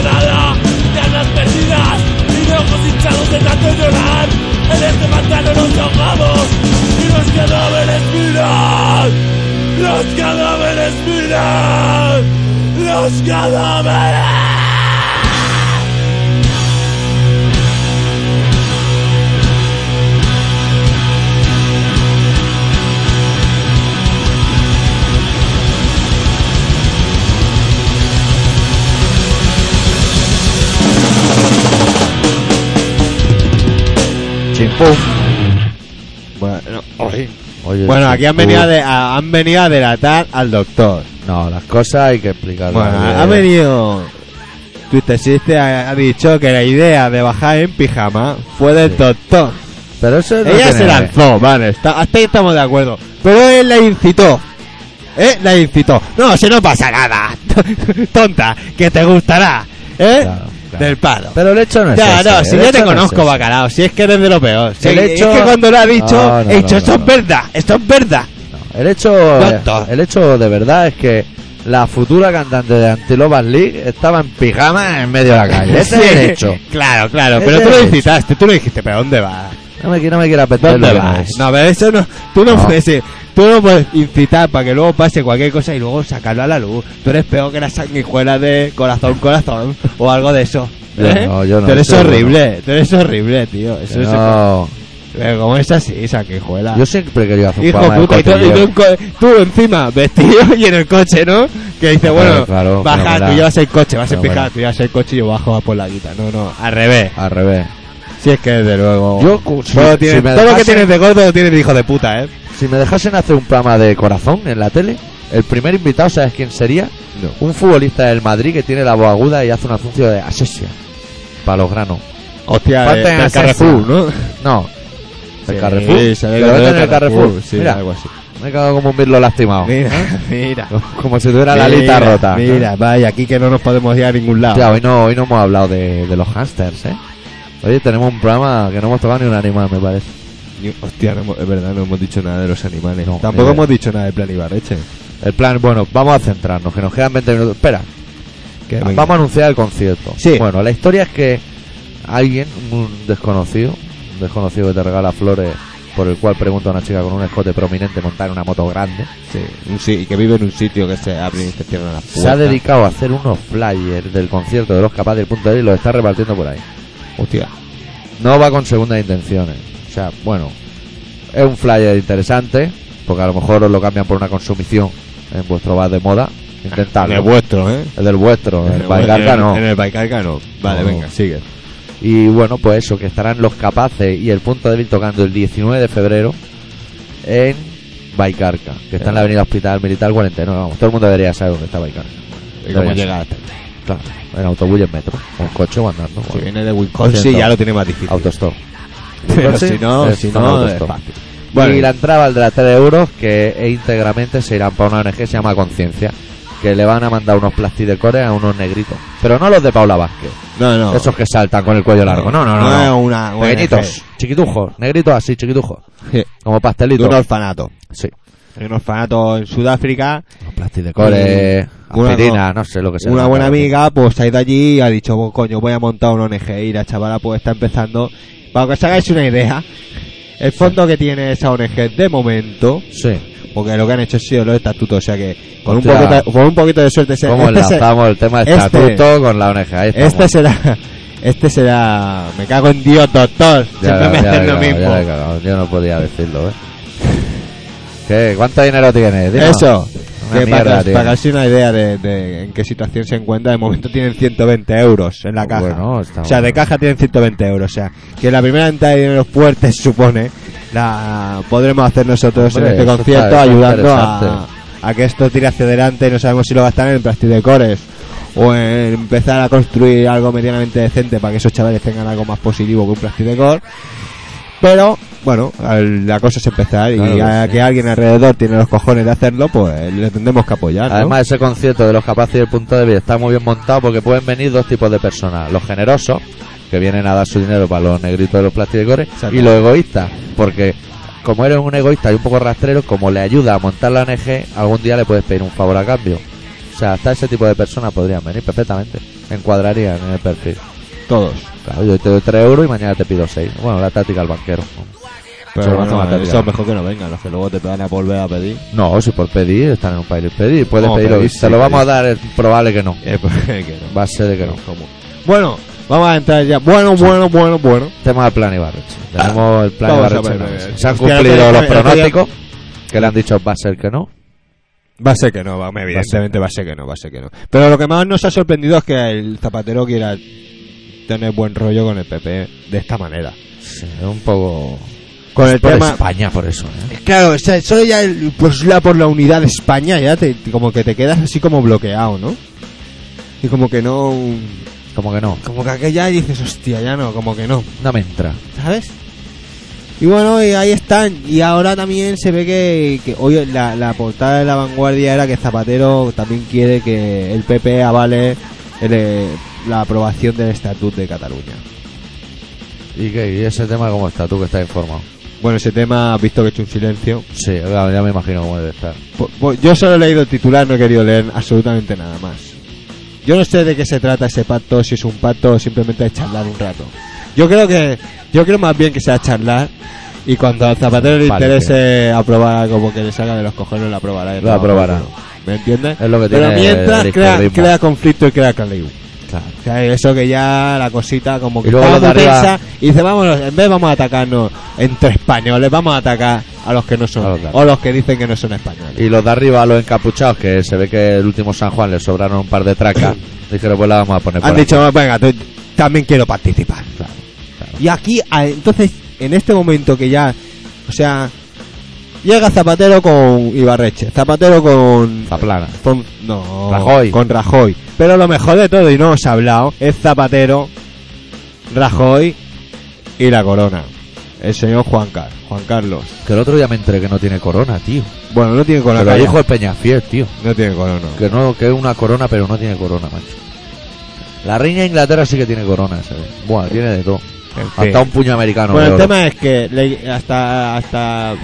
S4: este ¡Mirad los cadáveres!
S1: Chimpum.
S2: Bueno,
S1: Oye,
S2: bueno aquí han venido, a
S1: chimpún.
S2: de- a- han venido a delatar al doctor.
S1: No, las cosas hay que explicarlas.
S2: Bueno,
S1: bien.
S2: ha venido. Twitter Sister ha, ha dicho que la idea de bajar en pijama fue del
S1: Sí.
S2: doctor.
S1: Pero eso no
S2: Ella
S1: tiene
S2: se
S1: nada que-
S2: lanzó, vale, está- hasta ahí estamos de acuerdo. Pero él la incitó. ¿Eh? La incitó. No, si no pasa nada. Tonta, que te gustará. ¿Eh?
S1: Claro, claro.
S2: Del palo.
S1: Pero el hecho no es
S2: Ya,
S1: ese,
S2: no,
S1: el
S2: si yo
S1: hecho no
S2: te
S1: es
S2: conozco,
S1: ese.
S2: bacalao, si es que eres de lo peor. Si
S1: El
S2: es-
S1: hecho-
S2: Es que cuando lo ha dicho,
S1: No, no,
S2: he dicho,
S1: no,
S2: esto
S1: no, no.
S2: es verdad, esto es verdad.
S1: El hecho,
S2: Tonto.
S1: el hecho de verdad es que la futura cantante de Antilobas League estaba en pijama en medio de la calle. Ese es el
S2: Sí.
S1: hecho.
S2: Claro, claro,
S1: Ese
S2: pero
S1: es
S2: tú
S1: el
S2: lo
S1: hecho.
S2: incitaste, tú lo dijiste, pero ¿dónde vas?
S1: No me, qui- no me quiera apetar
S2: ¿Dónde vas? No, pero eso no. Tú no,
S1: No.
S2: puedes ir- Tú no puedes incitar para que luego pase cualquier cosa y luego sacarlo a la luz. Tú eres peor que la sanguijuela de corazón, corazón o algo de eso.
S1: Yo
S2: ¿eh?
S1: no, yo no,
S2: Tú eres
S1: eso yo
S2: horrible, tú eres horrible, tío. Eso es-
S1: No,
S2: Pero como es así, sanguijuela.
S1: yo siempre he querido hacer un
S2: Hijo
S1: programa de
S2: puta, y tú, y tú en
S1: cotilleo.
S2: co- tú encima vestido y en el coche, ¿no? Que dice,
S1: Claro,
S2: bueno,
S1: claro,
S2: baja,
S1: fenomenal.
S2: tú llevas el coche, vas a
S1: Fenomenal.
S2: fijar, tú llevas el coche y yo bajo a por la guita. No, no, al revés.
S1: Al revés.
S2: Si es que desde luego.
S1: Yo, cu- si,
S2: Todo,
S1: si
S2: tienes-
S1: me
S2: todo lo que
S1: dejasen-
S2: tienes de gordo lo tienes de hijo de puta, ¿eh?
S1: si me dejasen hacer un programa de corazón en la tele, el primer invitado, ¿sabes quién sería?
S2: No.
S1: Un futbolista del Madrid que tiene la voz aguda y hace un anuncio de asesia para los granos.
S2: Hostia,
S1: Falta
S2: de,
S1: en
S2: del
S1: el
S2: Carrefour,
S1: Carrefour,
S2: ¿no?
S1: No. El
S2: Sí,
S1: Carrefour.
S2: sí, se ve
S1: Que lo
S2: que
S1: venden en
S2: del
S1: el Carrefour.
S2: sí,
S1: Mira,
S2: algo así.
S1: me he cagado como un birlo lastimado.
S2: Mira, mira.
S1: Como si tuviera la lita
S2: Mira,
S1: rota.
S2: Mira, vaya, aquí que no nos podemos ir a ningún lado.
S1: Hostia, hoy no, hoy no hemos hablado de, de los hamsters, ¿eh? Oye, tenemos un programa que no hemos tocado ni un animal, me parece.
S2: Ni- Hostia, no hemos- es verdad, no hemos dicho nada de los animales.
S1: No, es
S2: Tampoco
S1: verdad.
S2: hemos dicho nada de Plan Ibarreche.
S1: El plan, bueno, vamos a centrarnos, que nos quedan 20 minutos. Espera,
S2: Que venga.
S1: vamos a anunciar el concierto.
S2: Sí.
S1: Bueno, la historia es que alguien, un desconocido, un desconocido que te regala flores, por el cual pregunta a una chica con un escote prominente montar en una moto grande,
S2: Sí, un si- que vive en un sitio que se abre y se cierran las puertas.
S1: se ha dedicado a hacer unos flyers del concierto de los capaces del punto de y los está repartiendo por ahí.
S2: Hostia.
S1: No va con segundas intenciones. O sea, bueno, es un flyer interesante, porque a lo mejor os lo cambian por una consumición en vuestro bar de moda.
S2: En el
S1: Intentadlo.
S2: vuestro, ¿eh?
S1: El del vuestro,
S2: En
S1: el Valgarca
S2: en-
S1: no.
S2: En el Baicarca no. Vale,
S1: No.
S2: venga, sigue.
S1: Y bueno, pues eso, que estarán los capaces y el punto débil tocando el 19 de febrero en Baicarca, que está en la avenida Hospital Militar 49. Vamos, todo el mundo debería saber dónde está Baicarca.
S2: ¿Y cómo
S1: Debería
S2: llega hasta aquí?
S1: ser. Claro, en autobús y en metro, o en coche o andando.
S2: Si
S1: bueno.
S2: viene de Wisconsin
S1: Siento.
S2: ya lo tiene más difícil.
S1: Autostop.
S2: Pero
S1: Coche,
S2: si no,
S1: es
S2: si
S1: zona
S2: no, es
S1: autostop.
S2: fácil. Bueno,
S1: Y la entrada valdrá 3 euros, que e íntegramente se irán para una ONG que se llama Conciencia, que le van a mandar unos plastidecorés a unos negritos. Pero no los de Paula Vázquez,
S2: no, no.
S1: esos que saltan con el cuello largo. No, no, no. no.
S2: es una, una
S1: Pequeñitos, chiquitujos, negritos así, chiquitujos.
S2: Sí.
S1: Como
S2: De un
S1: pastelitos.
S2: orfanato.
S1: Sí.
S2: Hay un orfanato en Sudáfrica.
S1: Plastidecorés,
S2: Y una-
S1: eh, aspirina, no sé lo que sea.
S2: una buena amiga pues ha ido allí y ha dicho, "Pues, coño, voy a montar un ONG y la chavala pues está empezando. Para que os hagáis una idea, el fondo que tiene esa ONG de momento,
S1: Sí.
S2: porque lo que han hecho ha sido los estatutos, o sea que con, un
S1: Hostia.
S2: poquito, con un poquito de suerte se,
S1: ¿Cómo
S2: este, se-
S1: enlazamos el tema de
S2: este-
S1: estatuto con la ONG? Ahí estamos.
S2: este será... Este será... Me cago en Dios, doctor.
S1: Ya,
S2: Siempre me
S1: ya,
S2: hacen
S1: ya,
S2: lo
S1: ya,
S2: mismo.
S1: ya, ya, yo no podía decirlo, ¿eh? ¿Qué? ¿Cuánto dinero tienes? Dinos.
S2: Eso.
S1: Una
S2: que
S1: mierda,
S2: para,
S1: tío.
S2: para darse una idea de, de en qué situación se encuentra, de momento tienen 120 euros en la caja.
S1: Bueno, está
S2: o sea, de
S1: bueno.
S2: caja tienen 120 euros. O sea, que la primera entrada de dinero fuerte supone la podremos hacer nosotros
S1: Hombre,
S2: en este
S1: eso
S2: concierto
S1: está- eso
S2: ayudando a,
S1: interesante.
S2: a que esto tire hacia adelante. No sabemos si lo gastarán en plástico de cores o en empezar a construir algo medianamente decente para que esos chavales tengan algo más positivo que un plástico de core. Pero, bueno, al- la cosa es empezar
S1: Claro
S2: y
S1: que
S2: a
S1: sí.
S2: que alguien alrededor tiene los cojones de hacerlo, pues le tendremos que apoyar. ¿no?
S1: Además, ese concierto de los capaces y el punto de vista está muy bien montado porque pueden venir dos tipos de personas: los generosos, que vienen a dar su dinero para los negritos de los plásticos
S2: Exacto.
S1: y los egoístas, porque como eres un egoísta y un poco rastrero, como le ayuda a montar la ONG, algún día le puedes pedir un favor a cambio. O sea, hasta ese tipo de personas podrían venir perfectamente, encuadrarían en el perfil.
S2: todos.
S1: Claro, yo te doy 3 euros y mañana te pido 6. Bueno, la táctica al banquero.
S2: Pero
S1: Se lo
S2: bueno,
S1: van a matar
S2: eso
S1: ya.
S2: es mejor que no vengan, los que luego te van a volver a pedir.
S1: No, si por pedir, están en un país pedir, puedes
S2: No,
S1: pedirlo.
S2: pedir,
S1: Te
S2: sí,
S1: lo vamos
S2: pedir.
S1: a dar, es probable que no.
S2: Eh, pues, que no.
S1: Va a ser de que no.
S2: ¿Cómo? Bueno, vamos a entrar ya. Bueno, bueno, bueno, bueno.
S1: Tema del plan Ibarreche. Tenemos el plan
S2: Ah, Vamos a
S1: Ibarreche. en
S2: ver,
S1: la
S2: a ver.
S1: mesa. Se han
S2: Hostia,
S1: cumplido
S2: el
S1: los
S2: otro día- el otro día-
S1: pronósticos que le han dicho va a ser que no.
S2: Va a ser que no, va, evidentemente va a ser que no, va a ser que no. Pero lo que más nos ha sorprendido es que el zapatero quiera tener buen rollo con el PP de esta manera.
S1: Sí, es un poco.
S2: Con el
S1: Por
S2: tema...
S1: España, por eso. ¿eh?
S2: Claro, o sea, solo ya el postular por la unidad de España ya te, como que te quedas así como bloqueado, ¿no? Y como que no...
S1: Como que no.
S2: Como que aquella dices, hostia, ya no, como que no.
S1: No me entra.
S2: ¿sabes? Y bueno, y ahí están. Y ahora también se ve que, que hoy la, la portada de la vanguardia era que Zapatero también quiere que el PP avale el, eh, la aprobación del Estatut de Cataluña.
S1: ¿Y qué? ¿Y ese tema cómo está? Tú que estás informado.
S2: Bueno, ese tema, has visto que he hecho un silencio.
S1: Sí, claro, ya me imagino cómo debe estar.
S2: Po- po- Pues, Yo solo he leído el titular, no he querido leer absolutamente nada más. Yo no sé de qué se trata ese pacto, si es un pacto o simplemente es charlar un rato. Yo creo que, yo creo más bien que sea charlar y cuando al zapatero le
S1: Vale,
S2: interese aprobar como que le salga de los cojones, lo aprobará. y
S1: Lo aprobará.
S2: ¿Me entiendes?
S1: Es lo que
S2: Pero
S1: tiene
S2: mientras
S1: el
S2: crea,
S1: izquierdismo.
S2: crea conflicto y crea caliu.
S1: Claro.
S2: O sea, eso que ya la cosita como que
S1: Y luego
S2: estaba
S1: los
S2: muy
S1: de arriba-
S2: tensa y dice, vámonos, en vez vamos a atacarnos entre españoles, vamos a atacar a los que no son,
S1: A los de
S2: o los que dicen que no son españoles.
S1: Y los de arriba, los encapuchados, que se ve que el último San Juan le sobraron un par de tracas, dijeron, pues la vamos a poner por
S2: Han
S1: aquí.
S2: dicho, venga, tú- también quiero participar.
S1: Claro, claro.
S2: Y aquí, a- entonces, en este momento que ya, o sea, llega Zapatero con Ibarreche, Zapatero con...
S1: Zaplana.
S2: con- no,
S1: Rajoy.
S2: con Rajoy. Pero lo mejor de todo, y no os he hablado, es Zapatero, Rajoy y la corona. El señor Juan, Car- Juan Carlos.
S1: Que el otro día me enteré que no tiene corona, tío.
S2: Bueno, no tiene corona.
S1: Pero
S2: calla.
S1: dijo el Peñafiel, tío.
S2: No tiene corona.
S1: Que no, que es una corona, pero no tiene corona, macho. La reina de Inglaterra sí que tiene corona, ¿sabes? Buah, tiene de todo.
S2: En fin.
S1: Hasta un puño americano.
S2: bueno,
S1: de
S2: el
S1: oro.
S2: tema es que le- hasta, hasta,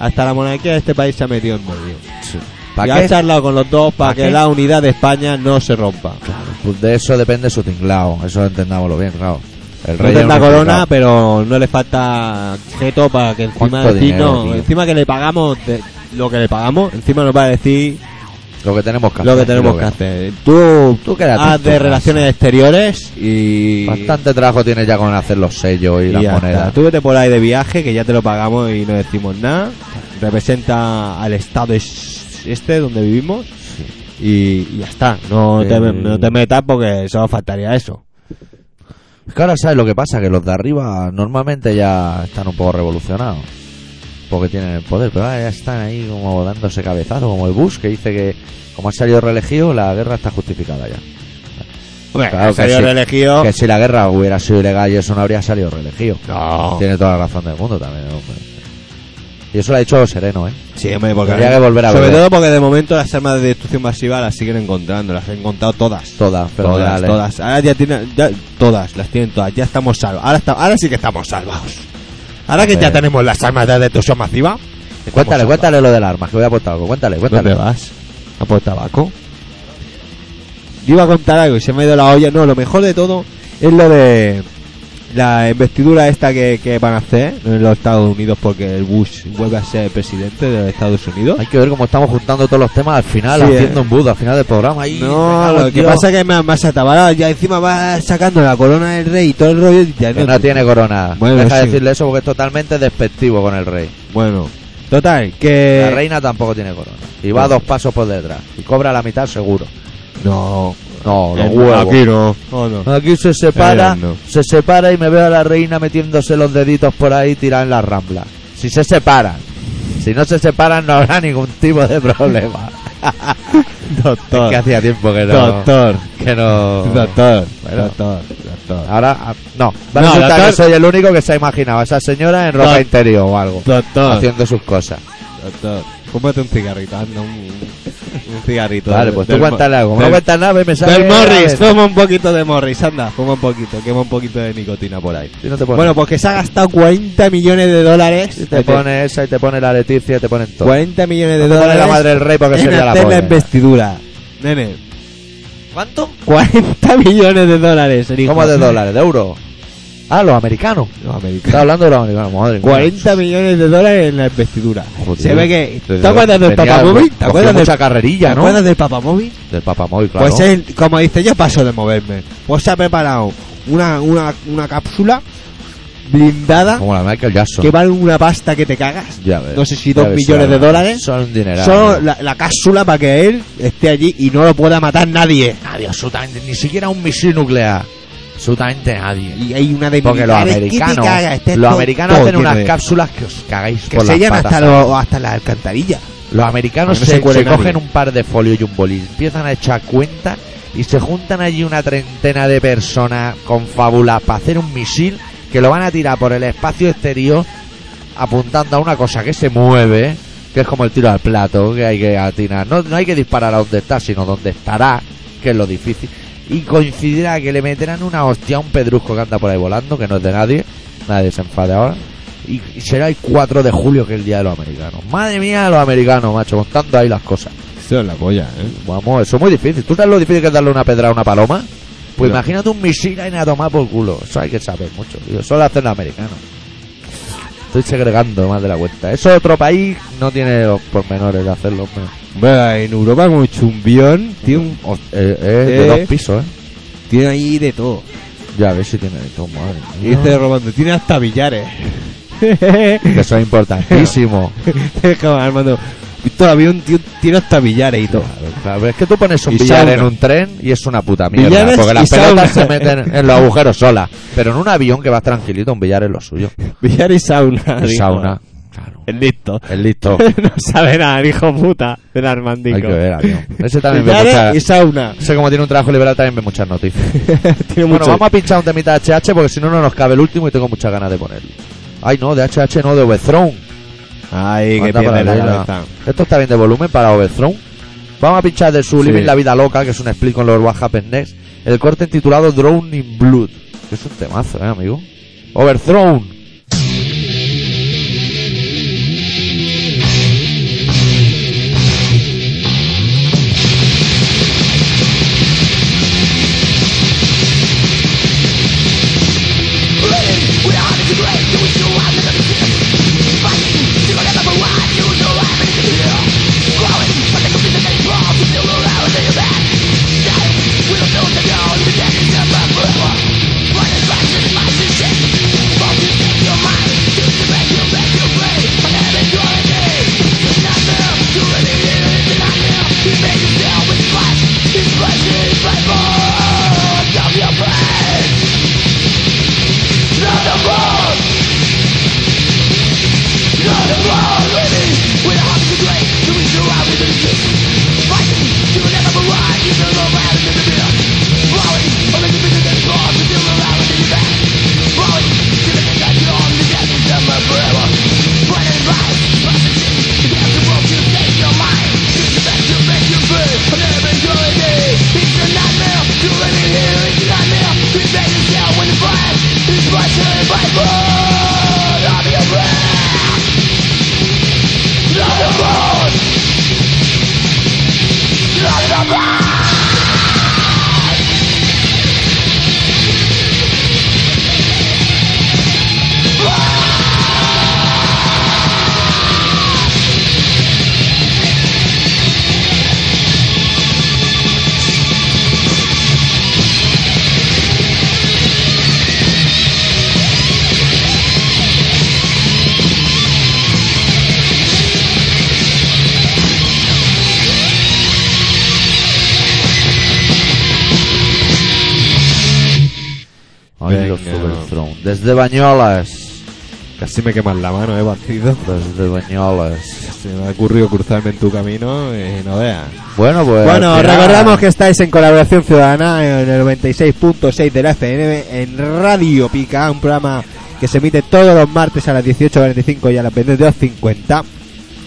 S2: hasta la monarquía de este país se ha metido en medio.
S1: Sí.
S2: Y
S1: ¿Para
S2: ha
S1: qué?
S2: charlado con los dos para
S1: ¿Pa
S2: que
S1: qué?
S2: la unidad de España no se rompa.
S1: Claro, pues de eso depende su tinglao. Eso entendámoslo bien, claro. El
S2: No
S1: rey es
S2: tendrá
S1: un
S2: corona,
S1: tinglao.
S2: pero no le falta objeto para que encima
S1: ¿Cuánto
S2: decir
S1: dinero,
S2: no,
S1: tío?
S2: encima que le pagamos de- lo que le pagamos, encima nos va a decir
S1: Lo que tenemos que
S2: lo
S1: hacer.
S2: que tenemos
S1: creo
S2: que hacer. Tú,
S1: Tú quédate en
S2: haz
S1: tu
S2: de
S1: casa.
S2: relaciones exteriores y
S1: Bastante trabajo tiene ya con hacer los sellos y,
S2: y
S1: las
S2: ya está.
S1: monedas.
S2: Tú vete por ahí de viaje que ya te lo pagamos y no decimos nada. Representa al estado es- este donde vivimos y, y ya está. No te,
S1: Eh,
S2: no te metas porque solo faltaría eso.
S1: Es que ahora sabes lo que pasa, que los de arriba normalmente ya están un poco revolucionados. Porque tienen el poder, pero ahora ya están ahí como dándose cabezazo, como el Bush, que dice que como ha salido reelegido, la guerra está justificada ya.
S2: Hombre,
S1: Claro
S2: ha
S1: que
S2: salido
S1: sí.
S2: reelegido.
S1: Que si la guerra hubiera sido ilegal y eso no habría salido reelegido.
S2: No.
S1: Tiene toda la razón del mundo también, hombre. Y eso lo ha dicho Sereno, ¿eh?
S2: Sí, hombre, porque
S1: Tendría que volver a
S2: Sobre
S1: volver.
S2: todo porque de momento las armas de destrucción masiva las siguen encontrando, las han encontrado todas.
S1: Todas, pero
S2: todas,
S1: reales.
S2: todas. Ahora ya tienen, ya- todas, las tienen todas. Ya estamos salvados. Ahora, está- ahora sí que estamos salvados. Ahora que
S1: Hombre.
S2: ya tenemos las armas de destrucción masiva. estamos
S1: Cuéntale,
S2: salvados.
S1: cuéntale lo del arma, que voy a aportar algo. Cuéntale, cuéntale.
S2: ¿Dónde vas? ¿A por tabaco? Yo iba a contar algo y se me ha ido la olla. No, lo mejor de todo es lo de la investidura esta que, que van a hacer en los Estados Unidos porque el Bush vuelve a ser presidente de los Estados Unidos.
S1: Hay que ver cómo estamos juntando todos los temas al final,
S2: Sí,
S1: haciendo
S2: eh.
S1: un budo al final del programa. Ahí,
S2: No, lo que pasa es que me, me has atabalado. Ya encima va sacando la corona del rey y todo el rollo. y ya
S1: Que no tiene corona.
S2: Bueno,
S1: Deja de
S2: sí.
S1: decirle eso porque es totalmente despectivo con el rey.
S2: Bueno, total,
S1: La
S2: que.
S1: reina tampoco tiene corona. Y
S2: eh.
S1: va dos pasos por detrás. Y cobra la mitad seguro.
S2: No,
S1: No, los
S2: eh,
S1: huevos.
S2: Aquí no. No, no.
S1: Aquí se separa,
S2: Eh, no.
S1: se separa y me veo a la reina metiéndose los deditos por ahí tirada en la rambla. Si se separan. Si no se separan no habrá ningún tipo de problema.
S2: Doctor.
S1: que hacía tiempo que no...
S2: Doctor.
S1: Que no...
S2: Doctor.
S1: Bueno.
S2: Doctor. Doctor.
S1: Ahora... ah, No, va a
S2: No,
S1: resultar
S2: doctor-
S1: que soy el único que se ha imaginado a esa señora en ropa
S2: Doc-
S1: interior o algo.
S2: Doctor.
S1: Haciendo sus cosas.
S2: Doctor, cómete un cigarrito, anda, un, un cigarrito.
S1: Vale,
S2: Del-
S1: pues tú
S2: del
S1: cuéntale
S2: Mo-
S1: algo. No
S2: del-
S1: cuentas nada, ve, me sale.
S2: Del Morris,
S1: a ver.
S2: toma un poquito de Morris, anda, fuma un poquito, quema un poquito de nicotina por ahí.
S1: Y no te pone.
S2: Bueno, pues que se ha gastado 40 millones de dólares.
S1: Y te pone esa y te pone la Leticia y te ponen todo.
S2: 40 millones de
S1: te pone
S2: dólares.
S1: la madre del rey porque
S2: en
S1: sería la
S2: hacer
S1: polla.
S2: investidura. Nene,
S1: ¿Cuánto?
S2: 40 millones de dólares, el hijo.
S1: ¿Cómo de dólares? ¿De euros? Ah, los americanos. Estaba
S2: Los americanos.
S1: hablando de los americanos, madre. mía.
S2: 40 millones de dólares en la investidura.
S1: Joder.
S2: Se ve que. ¿Te
S1: Desde
S2: acuerdas del
S1: venía-
S2: papamóvil? ¿Te
S1: cogió
S2: acuerdas del,
S1: mucha
S2: ¿te
S1: carrerilla, ¿no?
S2: acuerdas del papamóvil?
S1: Del papamóvil, claro.
S2: Pues él, como dice, yo paso de moverme. Pues se ha preparado una, una, una cápsula blindada
S1: Como la de Michael Jackson.
S2: que vale una pasta que te cagas.
S1: Ya ves.
S2: no sé si
S1: Ya
S2: dos
S1: ves,
S2: millones
S1: ahora
S2: de dólares.
S1: Son un dineral.
S2: Solo la, la cápsula para que él esté allí y no lo pueda matar nadie.
S1: Nadie, absolutamente, ni siquiera un misil nuclear. Absolutamente nadie.
S2: Y hay una de
S1: Porque los
S2: militares, ¿qué te
S1: americanos,
S2: cagas? Este es
S1: los
S2: todo-
S1: americanos
S2: todo
S1: hacen
S2: lleno
S1: unas
S2: de-
S1: cápsulas que os cagáis
S2: que
S1: por las
S2: sellan
S1: patas.
S2: hasta, lo- hasta la alcantarilla.
S1: Los americanos
S2: No se
S1: se,
S2: cuele
S1: se
S2: nadie.
S1: cogen un par de folios y un boli, empiezan a echar cuenta y se juntan allí una treintena de personas con fábulas para hacer un misil que lo van a tirar por el espacio exterior apuntando a una cosa que se mueve, que es como el tiro al plato, que hay que atinar. No, no hay que disparar a donde está, sino donde estará, que es lo difícil. Y coincidirá que le meterán una hostia a un pedrusco que anda por ahí volando, que no es de nadie, nadie se enfade ahora. Y y será el 4 de julio, que es el día de los americanos. Madre mía, los americanos, macho, contando ahí las cosas.
S2: Eso es la polla, ¿eh?
S1: Vamos, eso es muy difícil. ¿Tú sabes lo difícil que es darle una pedra a una paloma? Pues
S2: No.
S1: imagínate un misil ahí a tomar por culo. Eso hay que saber mucho, tío. Eso lo hacen los americanos. Estoy segregando más de la cuenta. Eso otro país no tiene los pormenores de hacerlo. hombre.
S2: Bueno, en Europa como chumbión, tiene, un-
S1: O- eh, eh,
S2: Eh.
S1: De dos pisos, ¿eh?
S2: tiene ahí de todo.
S1: Ya ves si tiene de todo, madre
S2: Y
S1: mía.
S2: dice Romando, tiene hasta billares.
S1: Que eso es importantísimo.
S2: Es como Armando, Víctor Avión tío, tiene hasta billares y todo.
S1: Claro, claro. Es que tú pones un
S2: Y
S1: billar
S2: sauna.
S1: en un tren y es una puta mierda.
S2: Billares
S1: porque
S2: y
S1: las pelotas
S2: sauna.
S1: se meten en los agujeros solas. Pero en un avión que vas tranquilito, un billar es lo suyo.
S2: Billares y sauna.
S1: En
S2: dijo.
S1: sauna. Claro.
S2: Es listo.
S1: Es listo.
S2: no sabe nada, el hijo puta del Armandico.
S1: Hay que ver avión. Ese también ve
S2: Billares y
S1: muchas...
S2: sauna.
S1: Ese como tiene un trabajo liberal también ve muchas noticias.
S2: tiene
S1: Bueno,
S2: mucho.
S1: vamos a pinchar un temita de HH porque si no, no nos cabe el último y tengo muchas ganas de ponerlo. Ay, no, de HH no, de Overthrown.
S2: Ay, que
S1: Anda para
S2: pierde la
S1: arriba.
S2: cabeza.
S1: Esto está bien de volumen para Overthrown. Vamos a pinchar de su
S2: Sí.
S1: Living la Vida Loca, que es un split con los What Happened Next. El corte titulado Drowning Blood. Que es un temazo, ¿eh, amigo? Overthrown. Ay,
S2: Venga.
S1: los Overthrown. Desde Bañolas.
S2: Casi me quemas la mano, eh, bandido.
S1: Desde Bañolas.
S2: Se me ha ocurrido cruzarme en tu camino y no veas.
S1: Bueno, pues.
S2: Bueno,
S1: al final-
S2: recordamos que estáis en colaboración ciudadana en el 96.6 de la FM en Radio Pica, un programa que se emite todos los martes a las 18.45 y a las 22.50.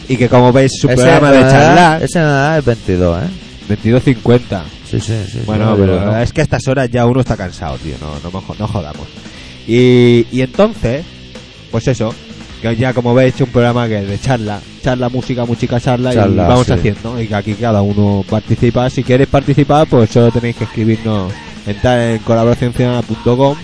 S2: Y que como veis, su
S1: Ese
S2: programa de
S1: nada-
S2: charlar.
S1: Ese nada es 22, ¿eh?
S2: 22.50.
S1: Sí, sí, sí.
S2: Bueno,
S1: sí,
S2: pero
S1: no.
S2: es que a estas horas ya uno está cansado, tío. No, no, mojo- no jodamos. Y, y entonces, pues eso. Que ya como veis, es un programa que es de charla. Charla, música, música, charla.
S1: Charla,
S2: y vamos
S1: sí.
S2: haciendo. Y que aquí cada uno participa. Si queréis participar, pues solo tenéis que escribirnos. Entrar en colaboracionciudadana.com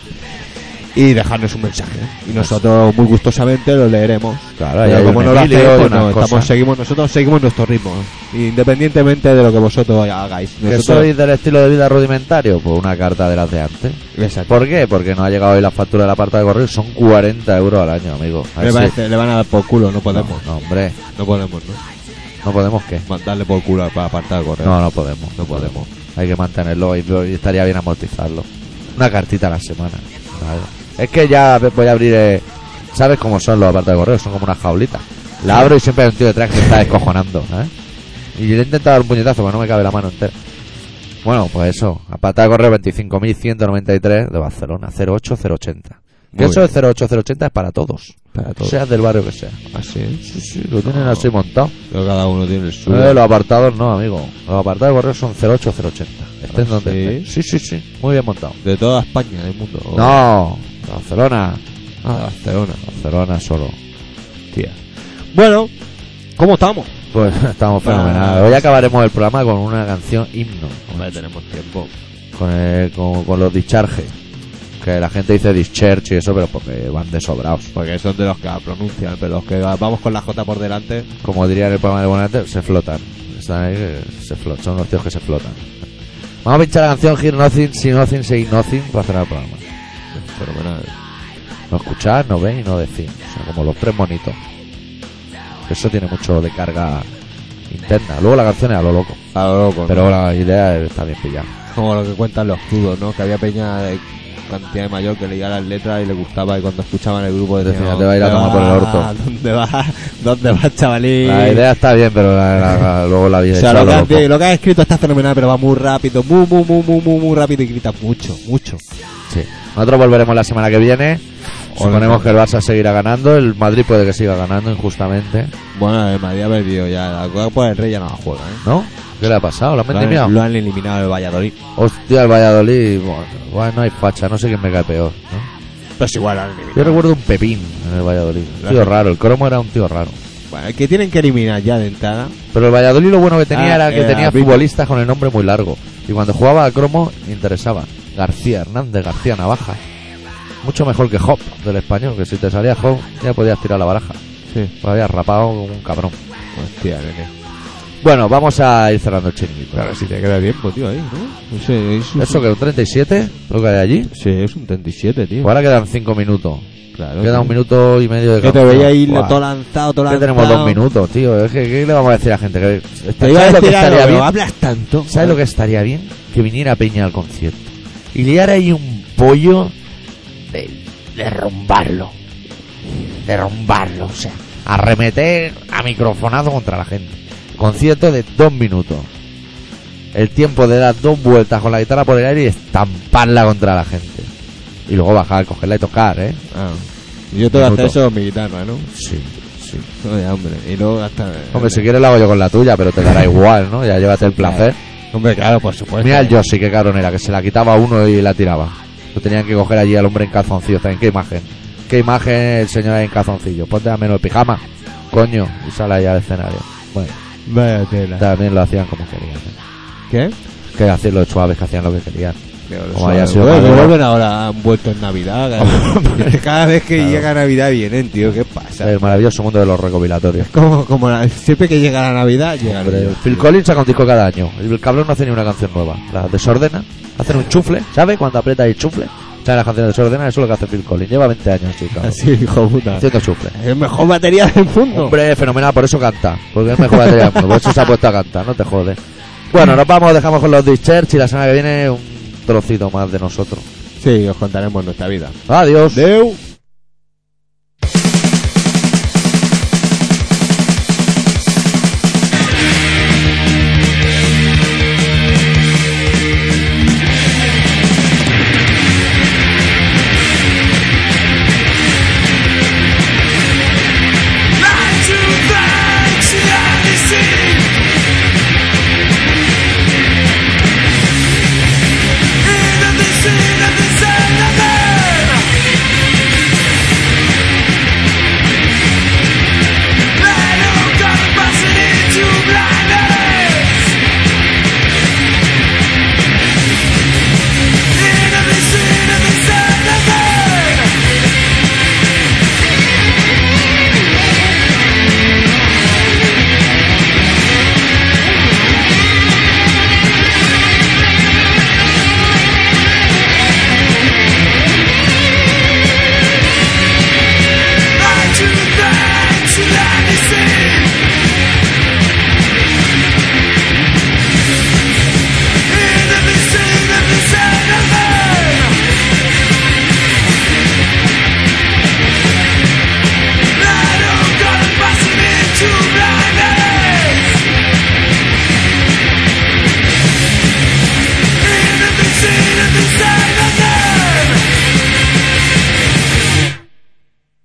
S2: y dejarnos un mensaje. ¿eh? Y nosotros muy gustosamente lo leeremos.
S1: Claro, ahí hay
S2: Pero como
S1: un
S2: no lo
S1: Emilio
S2: hacéis,
S1: y
S2: pues
S1: unas
S2: no, estamos-
S1: cosas.
S2: seguimos, nosotros seguimos nuestro ritmo, independientemente de lo que vosotros hagáis.
S1: ¿Que
S2: Nosotros-
S1: sois del estilo de vida rudimentario? Pues una carta de las de antes.
S2: Exacto.
S1: ¿Por qué? Porque no ha llegado hoy la factura de la parte de correo. Son 40 euros al año, amigo. A
S2: Me
S1: ver si-
S2: parece, le van a dar por culo, no podemos.
S1: No, Ah, no, hombre.
S2: No, podemos, ¿no?
S1: ¿No podemos qué?
S2: Mandarle por culo para apartar el correo.
S1: No, no podemos. No podemos. Hay que mantenerlo y, y estaría bien amortizarlo. Una cartita a la semana. ¿sabes? Es que ya ve- voy a abrir... eh, ¿Sabes cómo son los apartados de correo? Son como una jaulita. La abro y siempre hay un tío detrás que se está descojonando. ¿sabes? Y le he intentado dar un puñetazo, pero no me cabe la mano entera. Bueno, pues eso. Apartado de correo 25.193 de Barcelona. 08080. Que
S2: Muy
S1: eso de 08080 es para todos.
S2: Para todos.
S1: Seas del barrio que sea.
S2: Así
S1: Sí, sí, lo tienen así montado.
S2: Pero cada uno tiene el suyo.
S1: Eh, los apartados no, amigo. Los apartados de correo son 08080. Estén
S2: ¿sí?
S1: donde estén. Ah, Sí, Oh. sí, sí. Muy bien montado.
S2: De toda España, del mundo.
S1: No, Barcelona.
S2: Ah, Barcelona.
S1: Barcelona solo.
S2: Tía. Bueno, ¿cómo estamos?
S1: Pues estamos fenomenales. Hoy acabaremos el programa con una canción himno.
S2: Hombre, tenemos tiempo.
S1: Con, el- con, con los discharges. Que la gente dice discharge y eso, pero porque van desobrados.
S2: Porque son de los que la pronuncian, pero los que vamos con la J por delante.
S1: Como diría en el programa de Bonate, se flotan. Están ahí, eh, se flotan. Son los tíos que se flotan. Vamos a pinchar la canción Here Nothing, See Nothing, Say Nothing para cerrar el programa.
S2: Fenomenal.
S1: No escuchar, no ven y no decir. O sea, como los tres monitos. Eso tiene mucho de carga interna. Luego la canción es a lo loco.
S2: A lo loco. ¿no?
S1: Pero la idea está bien pillada.
S2: Como lo que cuentan los crudos, ¿no? Que había peña de cantidad de mayor que leía las letras y le gustaba y cuando escuchaban el grupo decían...
S1: Decía, te va a ir a
S2: "¿Dónde
S1: tomar por el
S2: vas? ¿Dónde vas? ¿Dónde vas, chavalín?
S1: La idea está bien, pero la- la- la- luego la vida
S2: o
S1: hecha
S2: sea,
S1: a
S2: lo
S1: lo
S2: que, has,
S1: loco.
S2: lo que has escrito está fenomenal, pero va muy rápido, muy, muy, muy, muy, muy, muy rápido y gritas mucho, mucho.
S1: Sí. Nosotros volveremos la semana que viene. Suponemos que el Barça seguirá ganando. El Madrid puede que siga ganando injustamente.
S2: Bueno, el Madrid ha perdido ya, la cosa por el Rey ya no la juega, ¿eh?
S1: ¿No? ¿Qué le ha pasado? ¿La han
S2: Lo han,
S1: vendimiado?
S2: lo han eliminado el Valladolid.
S1: Hostia, el Valladolid. Bueno, bueno, no hay facha. No sé quién me cae peor. ¿no?
S2: Pero es igual, lo han eliminado.
S1: Yo recuerdo un Pepín en el Valladolid. Un tío raro. El cromo era un tío raro.
S2: Bueno, el que tienen que eliminar ya de entrada.
S1: Pero el Valladolid lo bueno que tenía
S2: Ah,
S1: era que
S2: era
S1: tenía
S2: Pico.
S1: futbolistas con el nombre muy largo. Y cuando jugaba a cromo, interesaba. García Hernández, García Navaja. Mucho mejor que Hop del español, que si te salía Hop ya podías tirar la baraja.
S2: Sí.
S1: Pues habías rapado como un cabrón.
S2: Hostia, nene.
S1: Bueno, vamos a ir cerrando el chiringuito.
S2: Claro, si te queda tiempo, tío, ahí, ¿no? No sé, es un...
S1: ¿Eso que un 37? Lo que hay allí.
S2: Sí, es un 37, tío.
S1: Pues ahora quedan 5 minutos.
S2: Claro.
S1: Queda
S2: tío.
S1: un minuto y medio de
S2: Que te
S1: canción.
S2: veía ahí
S1: Buah,
S2: todo lanzado, todo
S1: es que
S2: lanzado.
S1: tenemos dos minutos, tío. Es que, ¿Qué le vamos a decir a la gente? Que,
S2: Te iba a
S1: ¿sabes lo que
S2: decir algo,
S1: estaría bien?
S2: pero hablas tanto.
S1: ¿Sabes lo que estaría bien? Que viniera Peña al concierto. Y liar ahí un pollo de derrumbarlo. Derrumbarlo, o sea, arremeter a microfonazo contra la gente. Concierto de dos minutos. El tiempo de dar dos vueltas con la guitarra por el aire y estamparla contra la gente. Y luego bajar, cogerla y tocar, ¿eh?
S2: Ah. Yo tengo que hacer
S1: Minuto.
S2: eso con mi guitarra, ¿no?
S1: Sí, sí.
S2: Oye, hombre. Y luego hasta...
S1: Hombre, si quieres lo hago yo con la tuya, pero te dará igual, ¿no? Ya llévate el placer.
S2: Hombre, claro, por supuesto.
S1: Mira el Yossi, qué cabrón era, que se la quitaba uno y la tiraba. Lo tenían que coger allí al hombre en calzoncillos también. Qué imagen. Qué imagen el señor ahí en calzoncillos. Ponte al menos el pijama, coño, y sale ahí al escenario. Bueno,
S2: Vaya tela.
S1: también lo hacían como querían. ¿eh?
S2: ¿Qué?
S1: Que hacían los suaves, que hacían lo que querían. Como haya sido
S2: Bueno,
S1: Maduro.
S2: vuelven ahora, han vuelto en Navidad. Cada, cada vez que
S1: Claro.
S2: llega Navidad vienen, tío, ¿qué pasa?
S1: El maravilloso mundo de los recopilatorios.
S2: Como, como la- siempre que llega la Navidad, llegan
S1: Hombre,
S2: ellos.
S1: Phil Collins saca un disco cada año. El cabrón no hace ni una canción nueva. La desordena, hacen un chufle, ¿sabes? Cuando aprieta el chufle, sale la canción desordenada, eso es lo que hace Phil Collins. Lleva 20 años, sí, cabrón.
S2: Así, hijo puta.
S1: Haciendo chufle.
S2: Es el mejor batería del mundo.
S1: Hombre, fenomenal, por eso canta. Porque es mejor batería del mundo. Por eso se ha puesto a cantar, no te jodes. Bueno, nos vamos, dejamos con los Dischurch y la semana que viene un trocito más de nosotros.
S2: Sí, os contaremos nuestra vida.
S1: Adiós.
S2: Deu.